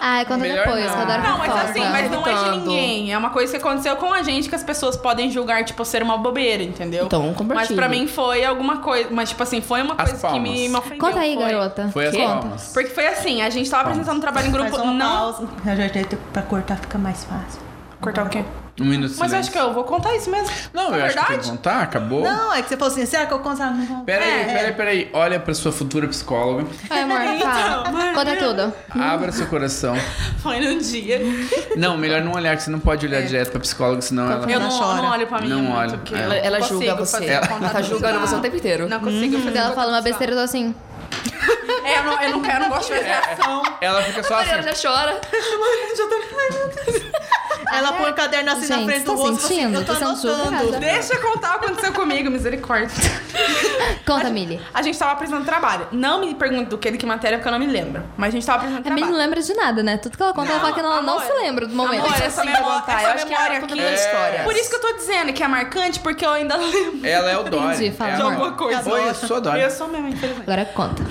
Ai, conta Melhor depois, não. que eu adoro Não, mas fofoca. assim, mas não é de Evitando. ninguém. É uma coisa que aconteceu com a gente que as pessoas podem julgar, tipo, ser uma bobeira, entendeu? Então, compartilha. Mas pra mim foi alguma coisa. Mas, tipo assim, foi uma As coisa que me, palmas. me ofendeu. Conta aí, foi. garota. Foi as Quê? palmas. Porque foi assim, a gente tava apresentando um trabalho em Faz grupo. uma Não. pausa. Eu já ajeitei pra cortar, fica mais fácil. Cortar o quê? Um minuto de Mas eu silêncio. acho que eu vou contar isso mesmo. Não, é eu acho que tem que verdade? contar, acabou. Não, é que você falou assim, será que eu conto? Ah, não vou. Peraí, É. peraí, peraí. Olha pra sua futura psicóloga. Ai, amor, Então, fala. Conta tudo. Abra seu coração. Foi num dia. Não, melhor não olhar, que você não pode É. olhar direto pra psicóloga, senão ela Eu Ela não, chora. não olho pra mim. Não é. muito, olha. porque Ela- eu Ela, ela não julga consigo você. fazer Ela contato tá julgando você o tempo inteiro. Não consigo fazer. Ela fala uma contato tá besteira, eu tô assim. visual. É, eu não, eu não quero, eu não gosto de ver É. reação. Ela fica só Mariana assim. já chora. Ela põe o caderno assim na Gente, frente do tá rosto. assim, sentindo? eu tô Tô sentindo anotando. nada. Deixa eu contar o que aconteceu comigo, misericórdia. Conta, Mili. A gente tava apresentando trabalho. Não me pergunte do que, de que matéria, porque eu não me lembro. Mas a gente tava apresentando A Mili não trabalho. lembra de nada, né? Tudo que ela conta, ela fala que ela não amor. se lembra do momento. Amor, Assim, essa memória, contar. essa eu acho que memória é um pouquinho aqui- da história. Por isso que eu tô dizendo que é marcante, porque eu ainda lembro Ela é o Dória. fala. Ela- de alguma coisa. Oi, eu sou a Dória. Eu sou mesmo, infelizmente. Agora conta.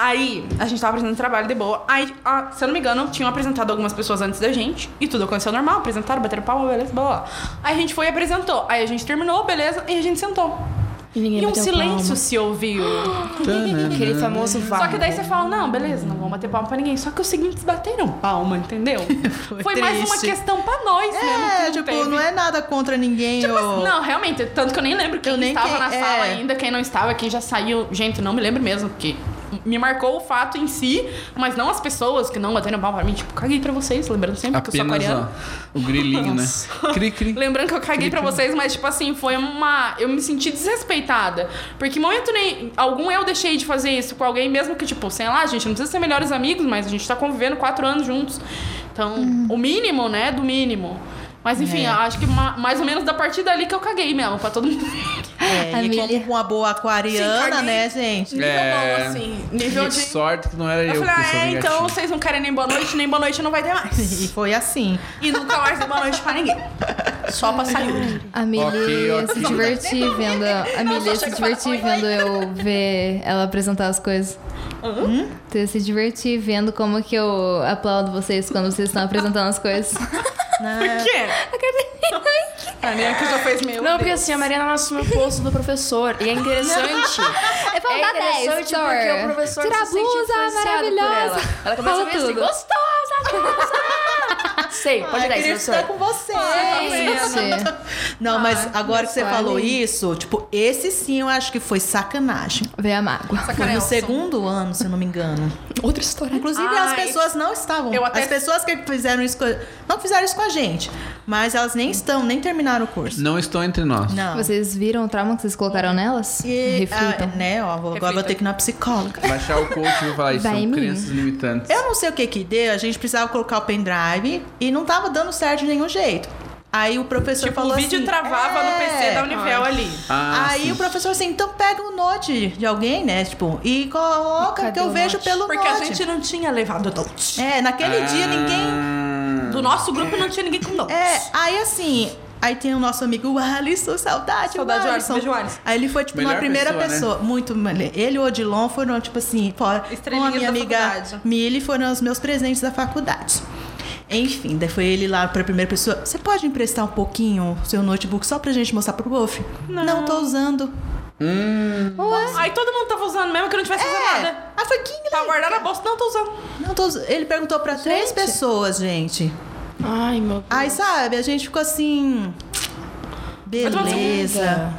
Aí, a gente tava apresentando trabalho de boa. Aí, a- se eu não me engano, tinham apresentado algumas pessoas antes da gente. E tudo aconteceu normal. Apresentaram, bateram palma, beleza, blá, blá, blá. Aí a gente foi e apresentou. Aí a gente terminou, beleza. E a gente sentou. E ninguém E um bateu silêncio palma. se ouviu. Aquele famoso vácuo. Só que daí você fala, não, beleza, não vamos bater palma pra ninguém. Só que os seguintes bateram palma, entendeu? Foi, mais uma triste. questão pra nós, mesmo. que É, tipo, teve. não é nada contra ninguém. Tipo assim, ou... não, realmente, tanto que eu nem lembro quem Eu nem estava quem- na é. sala ainda, quem não estava, quem já saiu. Gente, não me lembro mesmo, porque me marcou o fato em si, mas não as pessoas que não bateram palma pra mim. Tipo, caguei pra vocês, lembrando sempre que eu sou Apenas, aquariana. ó, o grilinho, né? Cri, cri. Lembrando que eu caguei pra vocês, mas, tipo assim, foi uma. Eu me senti desrespeitada. Porque em momento nem... algum eu deixei de fazer isso com alguém, mesmo que, tipo, sei lá, a gente não precisa ser melhores amigos, mas a gente tá convivendo quatro anos juntos. Então, o mínimo, né? Do mínimo. Mas enfim, É. acho que ma- mais ou menos da partida ali que eu caguei mesmo, pra todo mundo. É, e Família. como uma boa Sim, aquariana, caguei. né, gente? Nível É. bom, assim. Nível Que de. sorte que não era eu. Eu falei, que ah, sou é, então negativo. vocês não querem nem boa noite, nem boa noite não vai ter E mais. foi assim. E nunca mais dei boa noite pra ninguém. Só pra Sayuri. A Millie Ok, se ok. divertir vendo. A Millie se divertir vendo eu ver ela apresentar as coisas. Hum? Você se divertir vendo como que eu aplaudo vocês quando vocês estão apresentando as coisas. Por quê? A minha que já fez meio. Não, porque assim, a Mariana ela assume o posto do professor. E é interessante. É pra é dar interessante 10, porque Thor. o professor Tira a se sente blusa, influenciado por maravilhosa. Ela, ela começa Fala a ver assim, tudo. gostosa, gostosa. Sei, pode Ai, dar Ah, queria isso, professor. estudar com você. tá Gente. Ah, Não, mas agora que você suave. falou isso, tipo, esse sim eu acho que foi sacanagem. Vê a mágoa. Foi no segundo ano, se eu não me engano. Outra história. Inclusive, as Ai. pessoas não estavam. Eu até- As pessoas que fizeram isso. com- Não fizeram isso com a gente. Mas elas nem estão, nem terminaram o curso. Não estão entre nós. Ah. Não. Vocês viram o trauma que vocês colocaram nelas? E, ah, Reflitam. né, ó, vou- agora Reflita. vou ter que ir na psicóloga. Baixar o coach e vou falar, isso Vai em são mim. crenças limitantes. Eu não sei o que que deu, a gente precisava colocar o pendrive e não tava dando certo de nenhum jeito. Aí o professor Tipo, falou o vídeo assim, travava no PC "É, da Univel ali. Ah, aí sim. o professor assim, então pega um note de alguém, né? Tipo, e coloca Cadê que o eu vejo note? pelo Porque note. a gente não tinha levado notes. É, naquele dia ninguém. Ah. Do nosso grupo não tinha ninguém com notes. É, aí assim. Aí tem o nosso amigo o Alisson, saudade. Saudade, o Alisson. Alisson. Beijo, Alisson. Aí ele foi, tipo, na Melhor primeira pessoa, pessoa. né? Muito. mane- Ele e o Odilon foram, tipo assim, fora. Com a Estrelinhas minha da amiga faculdade. Mili foram os meus presentes da faculdade. Enfim, daí foi ele lá pra primeira pessoa. Você pode emprestar um pouquinho o seu notebook só pra gente mostrar pro Wolf? Não. tô usando. Aí todo mundo tava usando mesmo que eu não tivesse fazendo É. nada. Ah, foi quem Tá guardado na bolsa, não tô usando. Não tô us- Ele perguntou pra três pessoas, gente. Ai, meu Deus. Aí, sabe, a gente ficou assim. Beleza.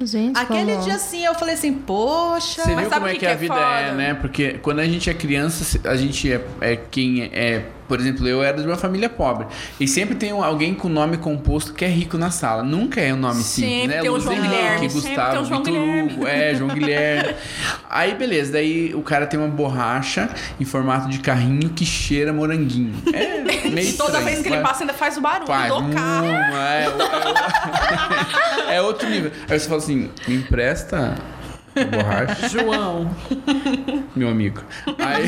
Gente, Aquele como- dia assim, eu falei assim, poxa. Você Mas viu sabe como o é que que que, a é vida foda? é, né? Porque quando a gente é criança, se- a gente é, é quem é. Por exemplo, eu era de uma família pobre. E sempre tem um- alguém com nome composto que é rico na sala. Nunca é um nome simples, Sempre né? tem o Luiz João Henrique, Guilherme, sempre Gustavo, tem o João Vitor Guilherme. Hugo, é, João Guilherme. Aí, beleza. Daí o cara tem uma borracha em formato de carrinho que cheira moranguinho. É meio E toda estranho, vez que ele mas- passa ainda faz o barulho Pai, do carro. hum, é, é- é outro nível. Aí você fala assim, me empresta a borracha. João. Meu amigo. Aí,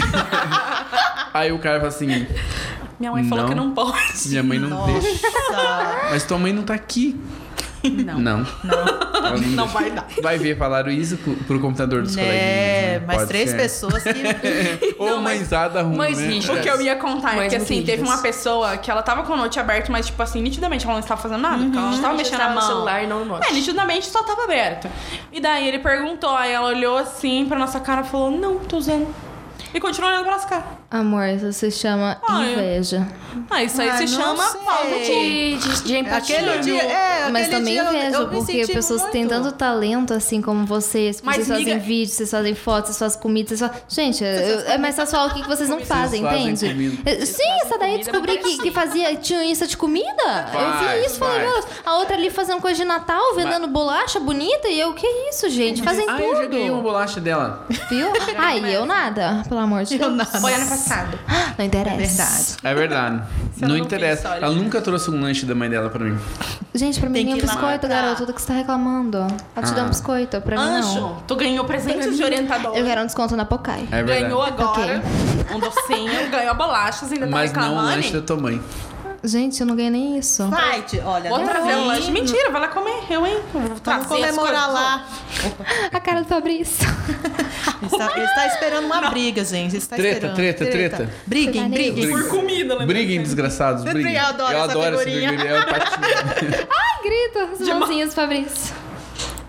aí o cara fala assim, Minha mãe falou Não. que não pode. minha mãe não deixa. Nossa. Mas tua mãe não tá aqui. Não. Não. Ela não, Não deixa. vai dar. Vai ver, falaram isso pro, pro computador dos É, coleguinhas. né? mas Pode três ser. pessoas que. Ou mãezada ruim, Mães né? ricas. O que eu ia contar é Mas que, assim, horríveis. teve uma pessoa que ela tava com o note aberto, mas, tipo assim, nitidamente ela não estava fazendo nada. Porque ela não estava Já Uhum. mexendo na tava mão. no celular e não no note. É, nitidamente só tava aberto. E daí ele perguntou, aí ela olhou assim pra nossa cara e falou, não, tô usando. E continuou olhando pra nossa cara. Amor, isso se chama Ai. inveja. Ah, isso aí Ah, se não chama sei. falta de... De, de, de empatia. Aquele dia. É, Mas aquele também dia eu- inveja, eu me porque senti pessoas muito. têm tanto talento assim como vocês. porque Mas, vocês fazem miga- vídeo, vocês fazem fotos, vocês fazem comida, vocês fazem. Gente, eu- é mais fácil falar o que que vocês não fazem, fazem entende? comida. é Eu- Sim, essa daí eu descobri que, que fazia. Tinha isso de comida. eu Vai, vi isso, falei, vai. meu Deus. A outra ali fazendo coisa de Natal, vendendo bolacha bonita. E eu, que isso, gente? Fazem Ah, eu joguei uma tudo. bolacha dela. Viu? Ah, e eu nada, pelo amor de Deus. Foi ano passado. Não interessa. Verdade. É verdade. ela não não interessa. fez, olha. Ela nunca trouxe um lanche da mãe dela pra mim. Gente, pra Tem mim é um que ir lá biscoito, marcar. garoto. Do que você tá reclamando? Ela te dá um Ah. biscoito, pra mim Ah, não. Anjo, tu ganhou presentes de é orientador. Eu quero um desconto na Pocai. É verdade. Ganhou agora um docinho, ganhou bolachas, ainda tá Mas não o reclamando. lanche da tua mãe. Gente, eu não ganhei nem isso. Site, olha. Vou não trazer um vi. lanche. Mentira, vai lá comer. Eu, hein? Vou Vamos trazer as comemorar coisas. lá. A cara do Fabrício. Ele está, ele está esperando uma briga, gente. Ele está Treta, esperando. treta, treta. Briguem, briguem. Briga. Por comida, lembra? Briguem, desgraçados, Sempre briguem. eu adoro essa figurinha. Eu é patinho. Ai, grita. As mãozinhas do Fabrício.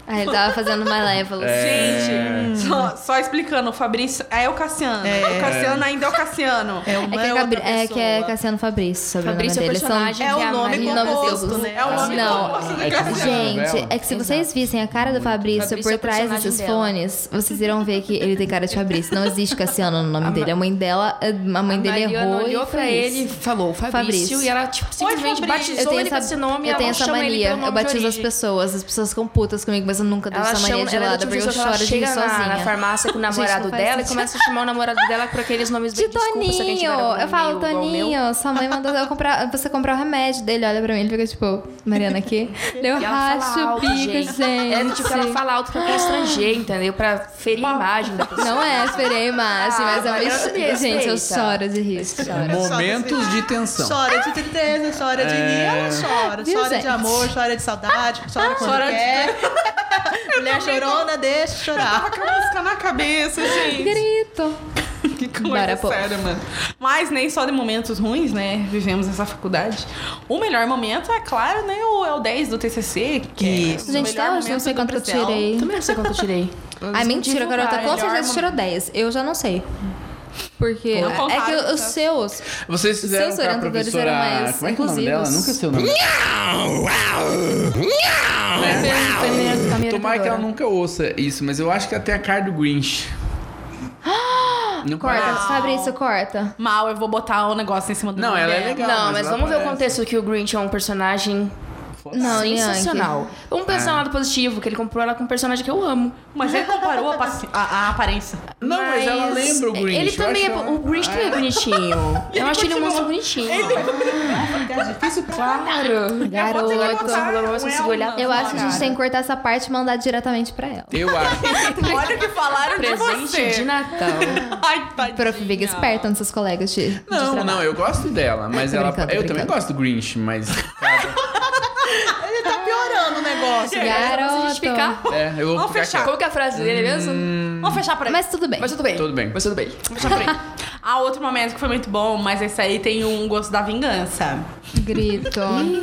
Ah, ele tava fazendo malévolos. É. Gente, só, só explicando, o Fabrício é o Cassiano. É. O Cassiano ainda é o Cassiano. É É que uma é, outra Cabri- é que é pessoa. Cassiano Fabrício, sobre o nome Fabrício é o dele. personagem É que o a nome Maria- composto, Nomes né? É o nome Não. composto do É que Cassiano. Gente, novela. é que se vocês vissem a cara do Fabrício, Fabrício é o por trás personagem desses dela. fones, vocês irão ver que ele tem cara de Fabrício. Não existe Cassiano no nome dele. A mãe dela, a mãe dele Mariana errou olhou e pra foi ele e isso. falou Fabrício, Fabrício. e ela tipo, Fabrício. simplesmente Eu batizou tenho ele com essa, esse nome e eu ela tenho essa chama ele mania. pelo Eu nome de batizo as origem. pessoas. As pessoas ficam putas comigo, mas eu nunca dou Ela essa mania chama, ela é do gelada, tipo porque de eu pessoa que ela choro de rir chega na, na sozinha. farmácia com o Gente, não namorado faz dela e sentido. começa a chamar o namorado dela por aqueles nomes De bem desculpa, se a gente Toninho! não era Eu falo, igual o meu. Toninho, sua mãe mandou eu comprar, você comprar o remédio dele. Olha pra mim, ele fica tipo, Mariana aqui. Eu E ela fala racho o alto, bico, gente. É do tipo que ela fala alto pra constranger, entendeu? Pra ferir a imagem da pessoa. Não é, esperei a imagem, Ah, mas é uma Mariana, besteira. me Gente, eu respeita. choro de rir, choro. É Momentos de tensão. Chora de tristeza, chora de É. rir, ela chora. Viu, chora de gente? amor, chora de saudade, chora quando Chora de- quer. Mulher chorona, deixa chorar. Com a música na cabeça, gente. Grito. Que Bora, coisa pô. séria, mano. Mas nem só de momentos ruins, né? Vivemos nessa faculdade. O melhor momento, é claro, né? O, é o 10 do TCC, que Isso. é o Gente, melhor até hoje não sei momento quanto eu do presencial. tirei. Também não sei quanto eu tirei. Ai, mentira, divulgar, garota. Com melhor, certeza mano. tirou 10. Eu já não sei. Porque Não é contaram, que tá? os seus. Vocês fizeram Seus com a orientadores professora... eram mais Como é que é o nome dela? inclusivos. Nunca sei o nome. Foi assim minha- a Tomara minha que ela orientadora. nunca ouça isso, mas eu acho que até a cara do Grinch. Não Corta, parece? Fabrício, corta. Mal, eu vou botar o negócio em cima do Não, nome ela é dela. legal. Não, mas ela vamos ver o parece. contexto que o Grinch é um personagem Não, sensacional. Yankee. Vamos pensar no lado positivo, que ele comprou ela com um personagem que eu amo. Mas ele comparou a, paci- a- a aparência. Não, mas ela lembra o Grinch. Ele eu também é, acho ela- o Grinch também é bonitinho. Eu acho ele um monstro bonitinho. Claro. Garoto. Eu consigo olhar. Eu acho que a gente tem que cortar essa parte e mandar diretamente pra ela. Eu acho. Olha o que falaram de você. presente de Natal. Ai, tadinha. Prof. Big Esperta, um dos seus colegas de. de Não, trabalho. não, eu gosto dela, mas Tô ela. brincando, tô eu também brincando. gosto do Grinch, mas. Ele tá piorando o negócio. Vamos Garoto. justificar. É, eu vou Vamos ficar fechar. quieto. Qual que é a frase dele mesmo? Vamos fechar por aí. Mas tudo bem. Mas tudo bem. Tudo bem. Mas tudo bem. Vamos fechar por aí. Ah, outro momento que foi muito bom, mas esse aí tem um gosto da vingança. Grito.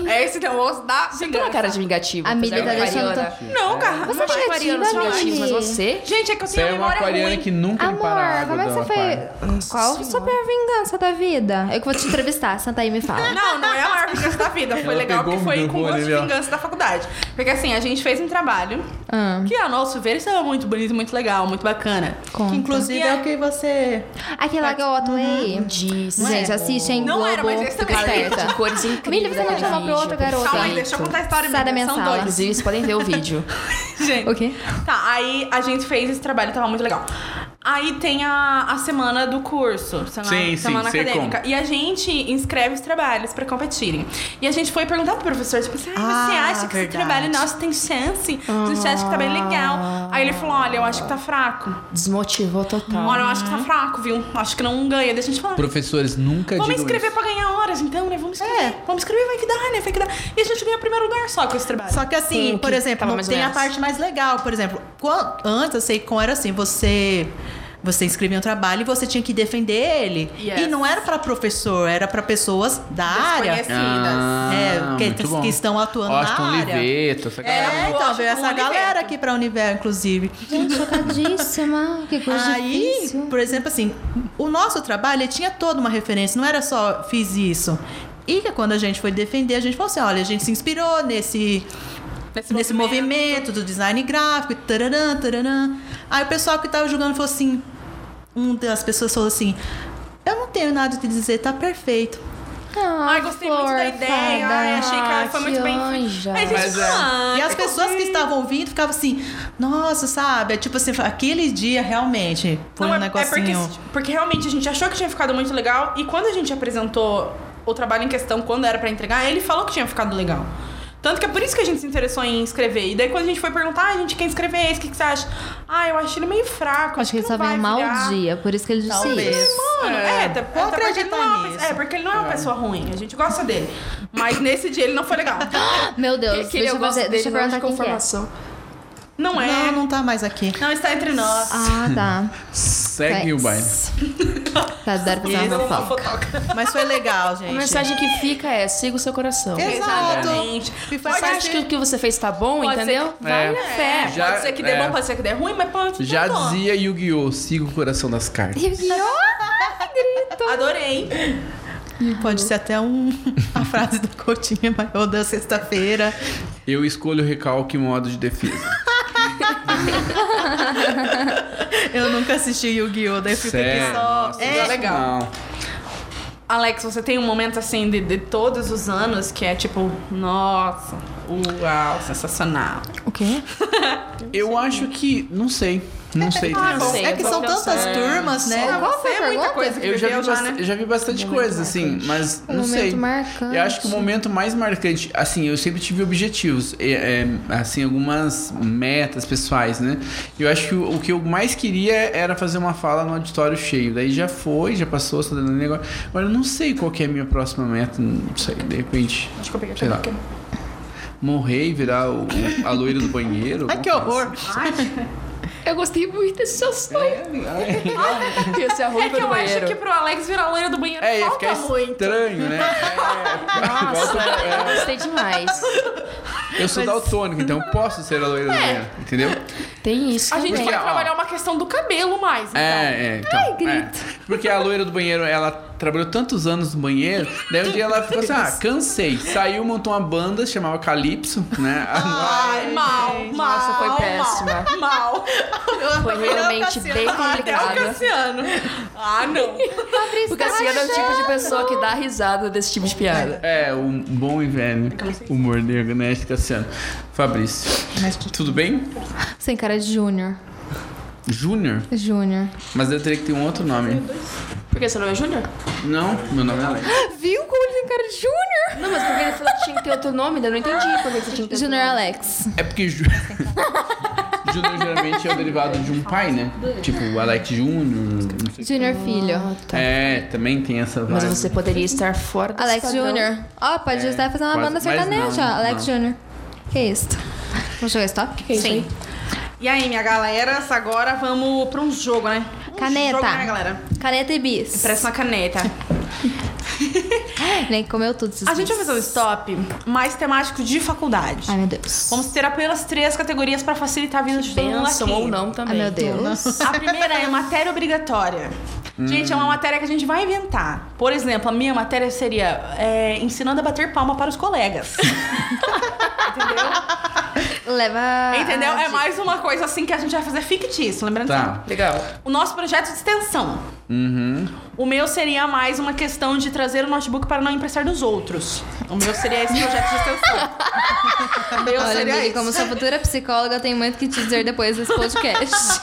Esse tem um gosto da Você tem uma vingança. cara de vingativa. A Mili apesar tá de deixando. aquariana. to- Não, cara. Você é Eu acho aquarianos criativa, vingativos, mas Mili. você... Gente, é que eu Você tenho é uma uma memória aquariana ruim. que nunca limpara a Amor, água como é que do você aquário. foi? Qual sobre a vingança da vida? Eu que vou te entrevistar, senta aí e me fala. Não, não é a maior vingança da vida. Foi Ela legal pegou que o foi com gosto microfone de ali, ó. vingança da faculdade. Porque assim, a gente fez um trabalho Ah, que, a nosso ver, estava muito bonito, muito legal, muito bacana. conta. Que, inclusive é o que você. Aquela que eu atuei. Diz. Gente, assiste em Não Globo, era, mas esse fica também. esperta. Cores incríveis. Milha, você não daquele chamou pra vídeo, outra garota? Calma aí, perfeito. deixa eu contar a história. Sai da menina, minha São sala. dois. Inclusive, vocês podem ver o vídeo. Gente. O quê? Tá, aí a gente fez esse trabalho, tava muito legal. Aí tem a, a semana do curso, semana, Sim, sim, semana sei acadêmica. E a gente inscreve os trabalhos pra competirem. E a gente foi perguntar pro professor, tipo assim, ah, você Ah, acha que esse verdade. trabalho nosso tem chance? Você acha que tá Ah. bem legal? Aí ele falou, olha, eu acho que tá fraco. Desmotivou total. Olha, eu acho que tá fraco, viu? Acho que não ganha. Deixa a gente falar. Professores, nunca Vamos digam inscrever isso. pra ganhar horas, então, né? Vamos inscrever. Vamos inscrever, vai que dá, né? Vai que dá. E a gente ganha primeiro lugar só com esse trabalho. Só que assim, Sim, por que exemplo, tava não mais ou tem a menos. parte mais legal. Por exemplo, quan- antes eu sei como era assim, você. Você escrevia um trabalho e você tinha que defender ele. Yes. E não era pra professor, era pra pessoas da área. Desconhecidas. Ah, É, que- muito que bom. estão atuando na Austin área. Oliveto, essa galera. É, então, Washington veio essa Oliveto. galera aqui pra Univer, inclusive. Gente, chocadíssima. Ah, Que coisa Aí, difícil. por exemplo, assim, o nosso trabalho ele tinha toda uma referência, não era só fiz isso. E que quando a gente foi defender, a gente falou assim: olha, a gente se inspirou nesse, nesse, movimento. do design gráfico, tararã, tararã. Aí o pessoal que tava julgando falou assim: um das pessoas falou assim, eu não tenho nada que dizer, tá perfeito. Ai, gostei muito da ideia. Ai, achei que foi muito bem feito. Aí a gente, Mas é. ah, E as pessoas que estavam ouvindo ficavam assim, nossa, sabe? É tipo assim, aquele dia realmente foi não, um é- é negocinho. porque, porque realmente a gente achou que tinha ficado muito legal e quando a gente apresentou o trabalho em questão, quando era pra entregar, ele falou que tinha ficado legal. Tanto que é por isso que a gente se interessou em escrever. E daí quando a gente foi perguntar, ah, gente, quem escrever é esse? O que, que você acha? Ah, eu acho ele meio fraco. Acho que ele não estava em vai mau virar. dia, por isso que ele disse Talvez. isso. Mano, é, até, vou até porque ele não é acreditar uma pessoa- nisso. É, porque ele não é uma pessoa ruim. A gente gosta dele. Mas nesse dia ele não foi legal. Meu Deus, Aquele deixa eu, gosto fazer- deixa eu dele, não perguntar quem de que é. conformação. Não é. Não, Não, não tá mais aqui. está entre nós. Ah, tá. Segue o baile. Tá, dá pra fazer uma foto. Mas foi legal, gente. A mensagem que fica é: siga o seu coração. É. Exato. Exatamente. Me faz Você saber- acha que o que você fez tá bom, Pode ser entendeu? que- Vai É. na É, fé. Já- pode ser que dê é. bom, pode ser que dê ruim, mas pode Já tá bom. dizia Yu-Gi-Oh! Siga o coração das cartas. Adorei. Pode ser até um, a frase do Coutinho Maior da sexta-feira. Eu escolho o recalque e modo de defesa. Eu nunca assisti Yu-Gi-Oh! Daí eu fico Sério. aqui só. Nossa, é, legal. Alex, você tem um momento assim de, de todos os anos que é tipo, nossa, uau, sensacional. O quê? Eu acho que. Não sei. Não sei. Ah, bom. é que eu tô são tantas pensando. turmas, né? Qual Você foi a é muita pergunta? coisa que Eu já vi, viveu já, bast- né? eu já vi bastante coisa, assim, mas Um não momento sei. marcante. Eu acho que o momento mais marcante, assim, eu sempre tive objetivos, é, é, assim, algumas metas pessoais, né? Eu acho que o, o que eu mais queria era fazer uma fala no auditório cheio. Daí já foi, já passou, está dando negócio. Agora eu não sei qual que é a minha próxima meta, não sei, de repente. Acho que eu peguei Sei lá. Morrer e virar o, o- a loira do banheiro. Ai, que horror. Eu gostei muito desse seu sonho. assim. Esse arroz É que do eu banheiro. acho que pro Alex virar loira do banheiro É, ia falta ficar muito. estranho, né? É, Nossa, volta- eu gostei demais. Eu sou daltônico, então eu posso ser a loira do banheiro, entendeu? Tem isso A gente também. vai Porque, ó. trabalhar uma questão do cabelo mais. então. É, é. Então, Ai, grito. Porque a loira do banheiro, ela trabalhou tantos anos no banheiro, daí um dia ela ficou assim, ah, cansei. Saiu, montou uma banda, chamava Calypso, né? Ai, mal, mal. Nossa, foi mal, péssima. Mal. Foi realmente bem Até o complicado. Cassiano. Ah, não. O Cassiano é o tipo de pessoa que dá risada desse tipo de piada. É, o bom e velho humor negro, né? Cassiano. Fabrício, tudo bem? Sem cara de Júnior. Júnior? Júnior. Mas eu teria que ter um outro nome. Porque seu nome é Júnior? Não, meu nome é Alex. Viu como ele tem cara de Júnior? Não, mas porque ele falou que tinha que ter outro nome, eu não entendi porque você tinha que ter Júnior Alex. É porque Ju... Júnior geralmente é o derivado de um pai, né? Tipo, Alex Júnior, não sei. Júnior Filho. É, também tem essa Mas vibe. você poderia estar fora desse Alex padrão. Júnior. Ó, pode É, ajudar a fazer uma quase- banda mas sertaneja. não, Alex não. Júnior. Que isso? Vamos jogar stop? Que isso aí? E aí, minha galera, agora vamos pra um jogo, né? Um Caneta. jogo, né, galera? Caneta e bis. Parece uma caneta. Nem comeu tudo. esses A gente vai bis. fazer um stop mais temático de faculdade. Ai, meu Deus. Vamos ter apenas três categorias pra facilitar a vida de todo mundo aqui. Benção ou não Ai, também. meu Deus. A primeira é matéria obrigatória. Gente, é uma matéria que a gente vai inventar. Por exemplo, a minha matéria seria é, ensinando a bater palma para os colegas. Leva. Entendeu? É mais uma coisa assim que a gente vai fazer fictício, lembrando Tá. sempre. Legal. O nosso projeto de extensão. Uhum. O meu seria mais uma questão de trazer o notebook para não emprestar dos outros. O meu seria esse projeto de extensão. o meu Olha, seria amiga, isso. como sua futura psicóloga, eu tenho muito que te dizer depois desse podcast.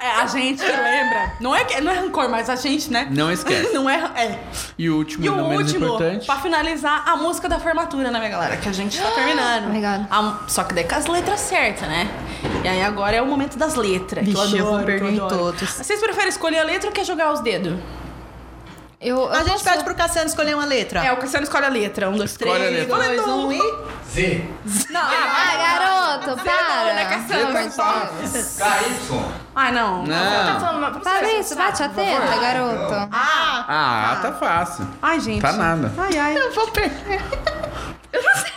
É, a gente lembra. Não é, que- não é rancor, mas a gente, né? Não esquece. Não é. é. E o último, E e o não menos último, importante. pra finalizar, a música da formatura, né, minha galera? Que a gente tá terminando. Oh my God. A- só que daí com as letras certas, né? E aí agora é o momento das letras. que Vixe, eu vou adoro, que perder em adoro. todos. Vocês preferem escolher a letra ou quer jogar os dedos? Eu, eu A gente posso- tá- pede pro Cassiano escolher uma letra. É, o Cristiano escolhe a letra. Um, dois, Escolhe a três. letra. Dois, Dois, um um. e... Z. Não, Ah, garoto, para! KY. Ai, não. tá Não. Para isso, bate a teta, garoto. Ah, tá fácil. Ai, gente. Tá nada. Ai, ai. Eu vou perder. Eu não sei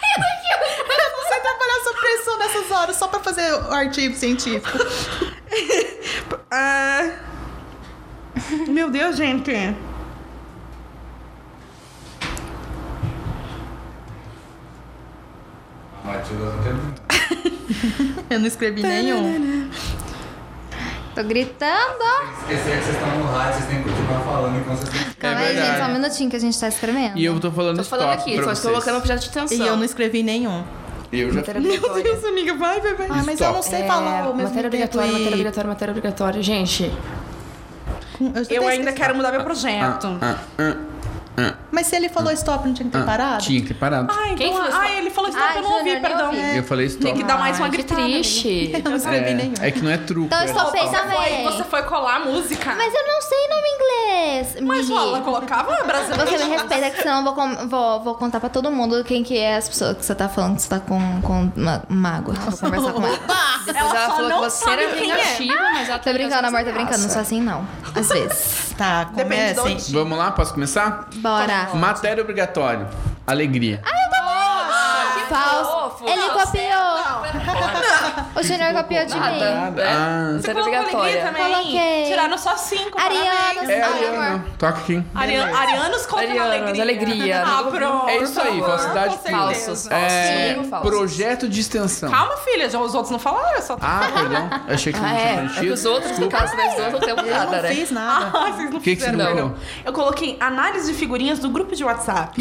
trabalhar sob pressão nessas horas só pra fazer o artigo científico. É. Meu Deus, gente. Eu não escrevi nenhum. Tô gritando. Esquecer que vocês estão no rádio, vocês têm que continuar falando enquanto vocês têm Calma aí, gente, só um minutinho que a gente tá escrevendo. É E eu tô falando Tô stop falando aqui, pra tô vocês. colocando o projeto de atenção. E eu não escrevi nenhum. Eu já Matéria obrigatória. amiga, vai, vai, vai. Ah, mas eu Stop. não sei É, falar o mesmo matéria tempo obrigatória, e- matéria obrigatória, matéria obrigatória. Gente, Eu, já Eu até ainda esqueci. quero mudar meu projeto. Ah, ah, Ah. Mas se ele falou stop, não tinha que ter Ah, parado? Tinha que ter parado. Ah, Quem então, foi ah, esse- ah, ele falou stop, Ah, eu não ouvi, Júnior, eu perdão. ouvi. Eu falei Tinha que stop. dar Tá mais uma Ai, que gritada. ali. triste. Eu não escrevi nenhum. É, é que não é truco. Então eu é só stop. fez Você a- foi, Também. você foi colar a música. Mas eu não sei nome inglês. Mas Mili. ó, ela colocava brasileiro. Você me respeita, que senão eu vou, com- vou, vou contar pra todo mundo quem que é as pessoas que você tá falando que você tá com, com uma mágoa. Vou conversar com ela. Depois ela só falou não que você era sabe quem é. vingativa, mas ela Tô também brincando, amor, tô fazia brincando. Não graça. sou assim, não. Às vezes. Tá, Depende do comecem. Vamos lá, posso começar? Bora. Matéria obrigatória. Alegria. Falso. fofo. Ele Não, copiou. O Junior copiou de mim. Nada. Ah, Você Era colocou alegria obrigatória. também. Coloquei. Tiraram só cinco. Arianos. é Ah, Ariana. Toca aqui. Ari Arianos contra Arianos, alegria. alegria. Ah, Não- pronto. É isso aí, por favor, com falsidade pura. certeza. Falsos. É, Sim, falso. projeto de extensão. Calma, filha, já os outros não falaram, eu só tô... Ah, perdão. Eu achei que não Ah, é. tinha É preenchido. que os outros, no Desculpa. caso, nós dois não temos Eu nada, não né? fiz nada. Ah, vocês não Que que você fizeram, não perdão. colocou? Eu coloquei análise de figurinhas do grupo de WhatsApp.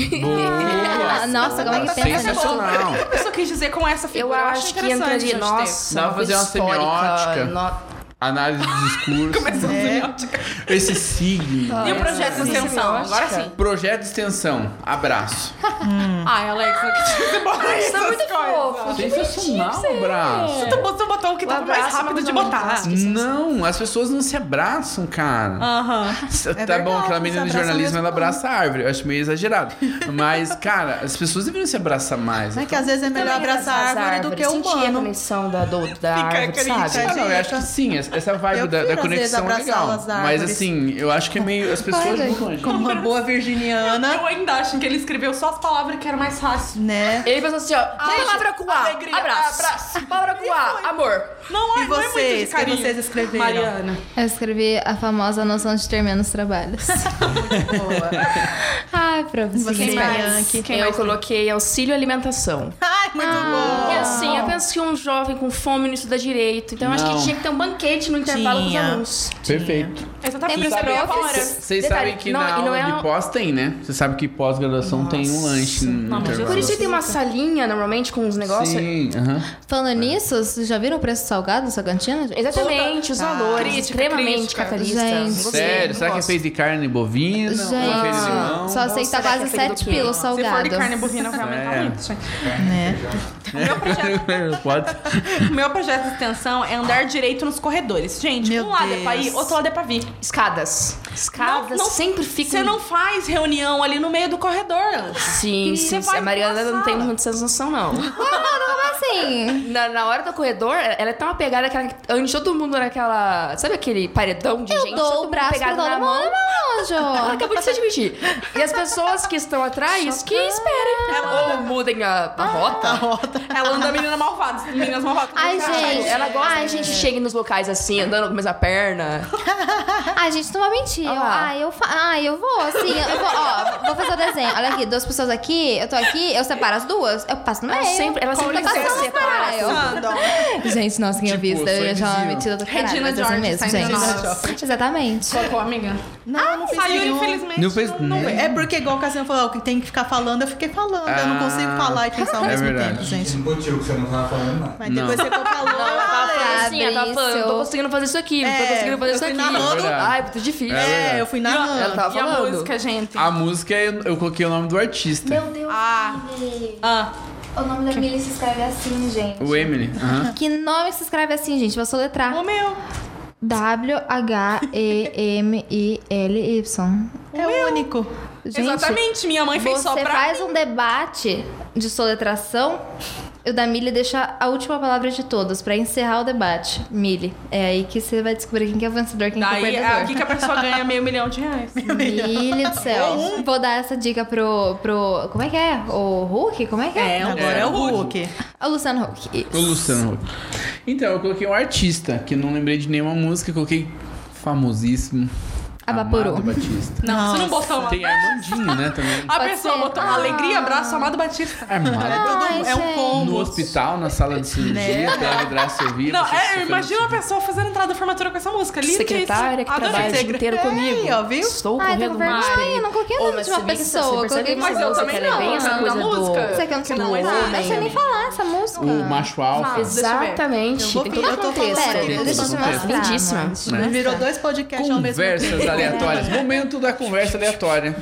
Ah, Nossa, como é que pensa? nisso? Sensacional. Eu só quis dizer com essa Eu figura, eu, acho que interessante. entraria... a gente ter. Nossa, Dá pra fazer uma histórica, semiótica. no- Análise de discurso. Começou É. a Tá. semiótica. Esse signo. E o projeto de Sim, extensão, agora semiótica. sim. Projeto de extinção. Abraço. Tá Ai, Alex, o que você bota aí Tá essas Ah, muito coisas? fofo. Sensacional, abraço. Tu botou o botão que tava mais abraço é uma rápido de coisa botar. muito Não, as pessoas não se abraçam, cara. Aham. tá É verdade, bom, aquela não se menina de abraça jornalismo, mesmo, ela não. abraça a árvore. Eu acho meio exagerado. Mas, cara, as pessoas deveriam se abraçar mais. É que às vezes é melhor Também abraçar a abraçar as árvore do árvores, que o sentir a humano. conexão da, do, da árvore, acreditando. sabe? Ah, não, eu acho que sim, essa- essa vibe Eu da, da prefiro, às vezes, conexão é abraçar legal. as Mas árvores. assim, eu acho que é meio. As pessoas Ai, mudam a gente. Como uma boa virginiana, Eu ainda acho que ele escreveu só as palavras que era mais fácil. né? Ele pensou assim, ó, palavra com A, alegria, abraço. abraço. Palavra com A, amor. Não, E ai, não é muito de vocês, que carinho. vocês escreveram? Mariana. Eu escrevi a famosa noção de ter menos trabalhos. Ai, professor. Você, Mariana, que- eu coloquei auxílio alimentação. Ai, muito Ah. bom! E assim, eu penso que um jovem com fome não estuda direito. Então eu acho Não. que tinha que ter um banquete no intervalo Tinha. com os alunos. Perfeito. Exatamente. Tem pros sabia profs? agora. Vocês Detalhe, sabem que não, na e não aula é de a- pós tem, né? Você sabe que pós-graduação tem um lanche no Não, mas eu- intervalo. Por isso que tem uma salinha, normalmente, com os negócios. Sim, aham. Falando nisso, vocês já viram o preço salgado dessa cantina? gente? Exatamente, os Puta. valores Crítica, extremamente crítica. capitalistas. Gente. Gostei, Sério, não será que é gosto. feito de carne bovina? Gente, Ou feito de limão? só sei que tá Será que é quase feito 7 do quê? pilos Se for salgados. de carne bovina, vai aumentar É. muito, gente. Né? Pode. O meu projeto de extensão é andar direito nos corredores. Gente, Meu um lado é pra ir, Deus. outro lado é pra vir. Escadas. Escadas sempre ficam... Você não faz reunião ali no meio do corredor. Sim, Você sim, sim. vai A Mariana numa não tem sala. muita noção, não. Como assim? Na, na hora do corredor, ela é tão apegada que ela ande todo mundo naquela. Sabe aquele paredão de gente? Eu todo dou o mundo braço pra pegado todo na mão. mundo, Ela meu anjo. acabou de se admitir. E as pessoas que estão atrás, que esperem. Ou mudem a, a rota. Ela anda menina malvada. Meninas malvadas. Ai, gente. Ela gosta Ai, que a gente gente. chegue nos locais assim, andando com a mesma perna. Ai, gente, não vai mentir. Eu, Ah. ai, eu fa... ai, eu vou, assim. Eu vou, ó, vou fazer o desenho. Olha aqui, duas pessoas aqui, eu tô aqui, eu separo as duas, eu passo no Ela É meio. sempre, ela tá sempre É. licença, se separa. caralho. Gente, nossa, quem Tipo, eu vi isso, eu sou ia achar uma invisível. metida do caralho. Regina mas é assim George mesmo, saindo na gente. nossa frente. Exatamente. Colocou, amiga? Não, não fiz Saiu, nenhum. Ah, infelizmente. Não fez- Não, veio. É porque, igual o Cassiano falou, o que tem que ficar falando, eu fiquei falando. eu não consigo Ah, falar e pensar ao é mesmo verdade. tempo, Gente, gente. não botiu que você não tava falando nada. Mas depois você falou. É Ela assim, ela tava falando, Fabrício. não tô conseguindo fazer isso aqui, não É, tô conseguindo fazer eu isso fui aqui. narrando. Ai, muito difícil. É. É, eu fui Ela narrando. tava E a falando. música, gente? A música é, eu, eu coloquei o nome do artista. Deus, Ah. Ah. o nome da Milly se escreve assim, gente. O Emily. aham. Que nome se escreve assim, gente? Vou soletrar. O meu. W-H-E-M-I-L-Y. É o único. Gente, Exatamente, minha mãe fez Você só pra faz um debate de soletração e o da Mili deixa a última palavra de todas pra encerrar o debate. Mili, é aí que você vai descobrir quem que é o vencedor, quem que Daí é o perdedor. aqui que a pessoa ganha meio milhão de reais. Mili do céu. um. Vou dar essa dica pro, pro... Como é que é? O Hulk? Como é que é? Agora é o Hulk. O Luciano Hulk. O Luciano. Huck. Então, eu coloquei um artista, que eu não lembrei de nenhuma música, eu coloquei famosíssimo. Abaporu. Amado Batista. Não, você não botou uma. Tem Armandinho, né, também. A Pode pessoa ser. botou alegria, abraço, amado Batista. Armado. Todo- é um gente. No combo. hospital, na sala de cirurgia, pra vidraça Né? servir. Não, você é, sofrendo eu imagino a cirurgia. pessoa fazendo entrada da formatura com essa música. Lindo secretária que isso. Adorei. trabalha o dia Integra- inteiro É, comigo. ó, viu? Estou Ai, tô correndo com mais. vergonha. Ai, eu não coloquei o nome de uma pessoa, eu coloquei Mas eu também ela é não, bem essa né? coisa Da do- música. Isso aqui eu não sei Não, cantar. mas- Eu não sei nem falar essa música. O macho alfa. Fala. Deixa eu ver. Exatamente. Eu vou Tem pegar- todo eu tô falando contexto. aqui, Pera, deixa eu te Contexto. mostrar. Lindíssima. mano. tá. Virou dois podcasts ao mesmo tempo. Conversas aleatórias. Momento da conversa aleatória.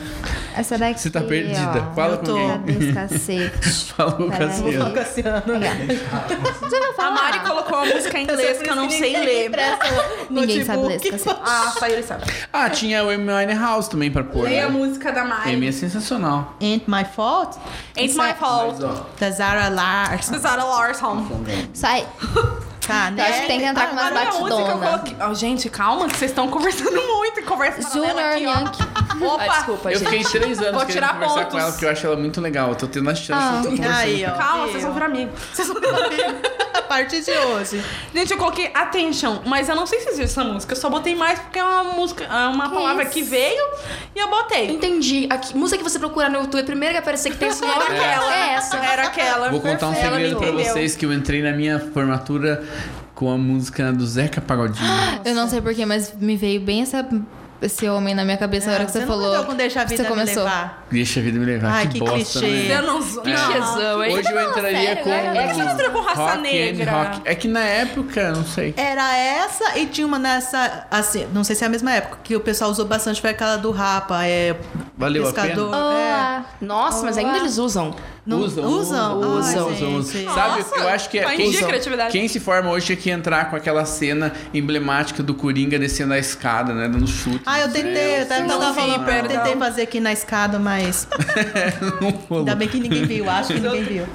Essa daqui. Você tá perdida. Ó, Fala eu com tô. alguém. Cadê os cacete? Fala com o Peraí. É, Cassiano. Cassiano. Você vai A falar? Mari colocou uma música em inglês que eu não sei ler. Tipo, Ninguém sabe ler esse notebook. cacete. Ah, só ele sabe. Ah, tinha o M. House também pra pôr. Leia a Né? música da Mari. M é sensacional. Ain't My Fault, It's my fault. Mas, ó, da Zara Larson. Cesara Larson. Sai. Tá, Eu acho que né? tem que entrar com umas Agora é a música que eu batidonas. coloquei. Ó, gente, calma, que vocês estão conversando muito. Conversa Junior paralela tá aqui, ó. Yankee. Opa, Ah, desculpa, eu gente. fiquei três anos Vou querendo tirar conversar com pontos. ela, porque eu acho ela muito legal. Eu tô tendo a chance. Ah. eu tô conversando Aí, com ó. calma, viu? vocês vão virar amigo. Vocês vão virar amigo. A partir de hoje. Gente, eu coloquei Attention, mas eu não sei se existe essa música. Eu só botei mais porque é uma música, é uma Que palavra isso? que veio e eu botei. Entendi. Aqui, música que você procurar no YouTube, a primeira que aparecer que tem esse nome Era aquela. é essa. Era aquela. Vou contar um Perfeito. segredo Ela me pra entendeu. vocês que eu entrei na minha formatura com a música do Zeca Pagodinho. Eu não sei porquê, mas me veio bem essa, esse homem na minha cabeça na Ah, hora que você, não falou. mandou com Deixa a que Vida você Me começou. Levar. Deixa a vida me levar. Ai, que, que bosta, clichê. né? Eu não zo- É. Não. Tesão, hein? tá Hoje eu entraria sério, com. um né? Por É que você entrou com raça rock and negra? É rock. É que na época, não sei. Era essa e tinha uma nessa. Assim, não sei se é a mesma época, que o pessoal usou bastante, foi aquela do Rapa. É, Valeu pescador. a pena? É. Olá. Ah, Nossa, mas ainda eles usam. Não- usam, usam? Ai, usam, usam, gente. usam. Sabe, Nossa, eu acho que é, vai quem, encher a criatividade. quem se forma hoje tinha que entrar com aquela cena emblemática do Coringa descendo a escada, né? Dando chute. Ah, eu né, tentei, eu sei. tava Não tava vi, falando, eu perdão. tentei fazer aqui na escada, mas É, Não rolou. ainda bem que ninguém viu, acho que ninguém viu.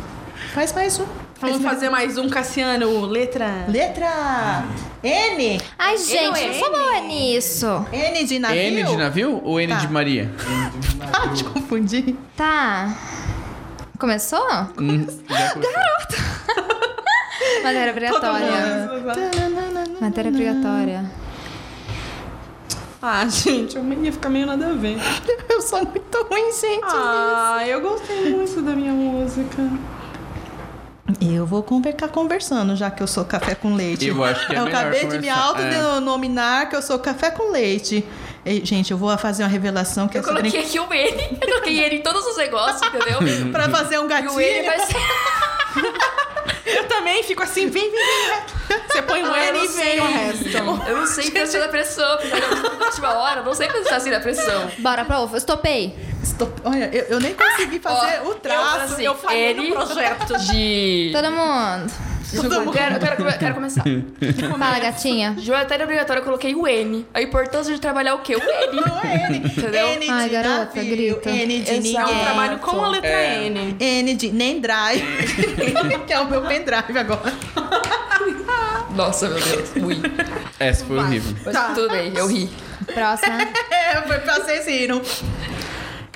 Faz mais um. Vamos fazer mais um, Cassiano. Letra. Letra N. Ai, gente, é não sou boa nisso. N de navio. N de navio ou N Tá. de Maria? Ah, te confundi. Tá. Começou? Hum, já começou. Matéria obrigatória. Matéria obrigatória. Ah, gente, eu ia ficar meio nada a ver. Eu sou muito ruim, gente. Ah, eu gostei muito da minha música. Eu vou con- ficar conversando, já que eu sou café com leite. Eu acho que é Eu melhor acabei de me conversar. autodenominar que eu sou café com leite. E, gente, eu vou fazer uma revelação que Eu esse brinco- coloquei aqui o N. Eu coloquei ele em todos os negócios, entendeu? Uhum. Pra fazer um E gatinho. o N vai ser. Eu também fico assim, vem, vem, vem. Você põe um Ah, eu N não e sei. vem o resto. Eu não sei pensar na pressão, porque eu na última hora, eu não sei pensar assim na pressão. Bora, prova. Estopei. Estou- Olha, eu, eu nem consegui fazer Ah! Ó, o traço. Eu, eu falei assim, N. no projeto. De. Todo mundo. Quero, quero, come- quero começar. Fala, gatinha. Joatéria obrigatória, eu coloquei o N. A importância de trabalhar o quê? O N. Não é N. Entendeu? N de Ai, garota, navio, grita. N de Exato. É ninguém. um trabalho com a letra É. N. N de nem drive. que é o meu pendrive agora. Nossa, meu Deus. Ui. É, Essa foi horrível. Mas tudo bem, eu ri. Próxima. É, foi pra vocês riram.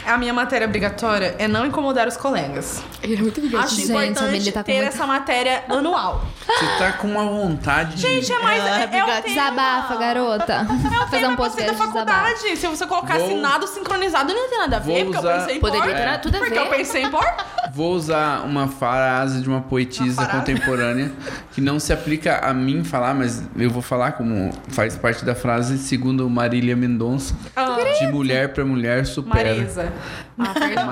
A minha matéria obrigatória é não incomodar os colegas. Ele é muito Acho Gente, a importante Amelie tá com ter muita- essa matéria anual. Você tá com uma vontade. Gente, é mais. Ela É, é é, obrigada. o tema. Ah, Desabafa, garota. É o Fazer tema um pra você podcast da de desabafo. faculdade. Se você colocar Vou- assinado, sincronizado, não tem nada a ver, Vou porque usar- eu pensei em Poderia por. ter nada- tudo a porque ver. eu pensei em por. Vou usar uma frase de uma poetisa contemporânea que não se aplica a mim falar, mas eu vou falar como faz parte da frase, segundo Marília Mendonça. Ah, De mulher pra mulher supera. Marisa. Ah, perdão.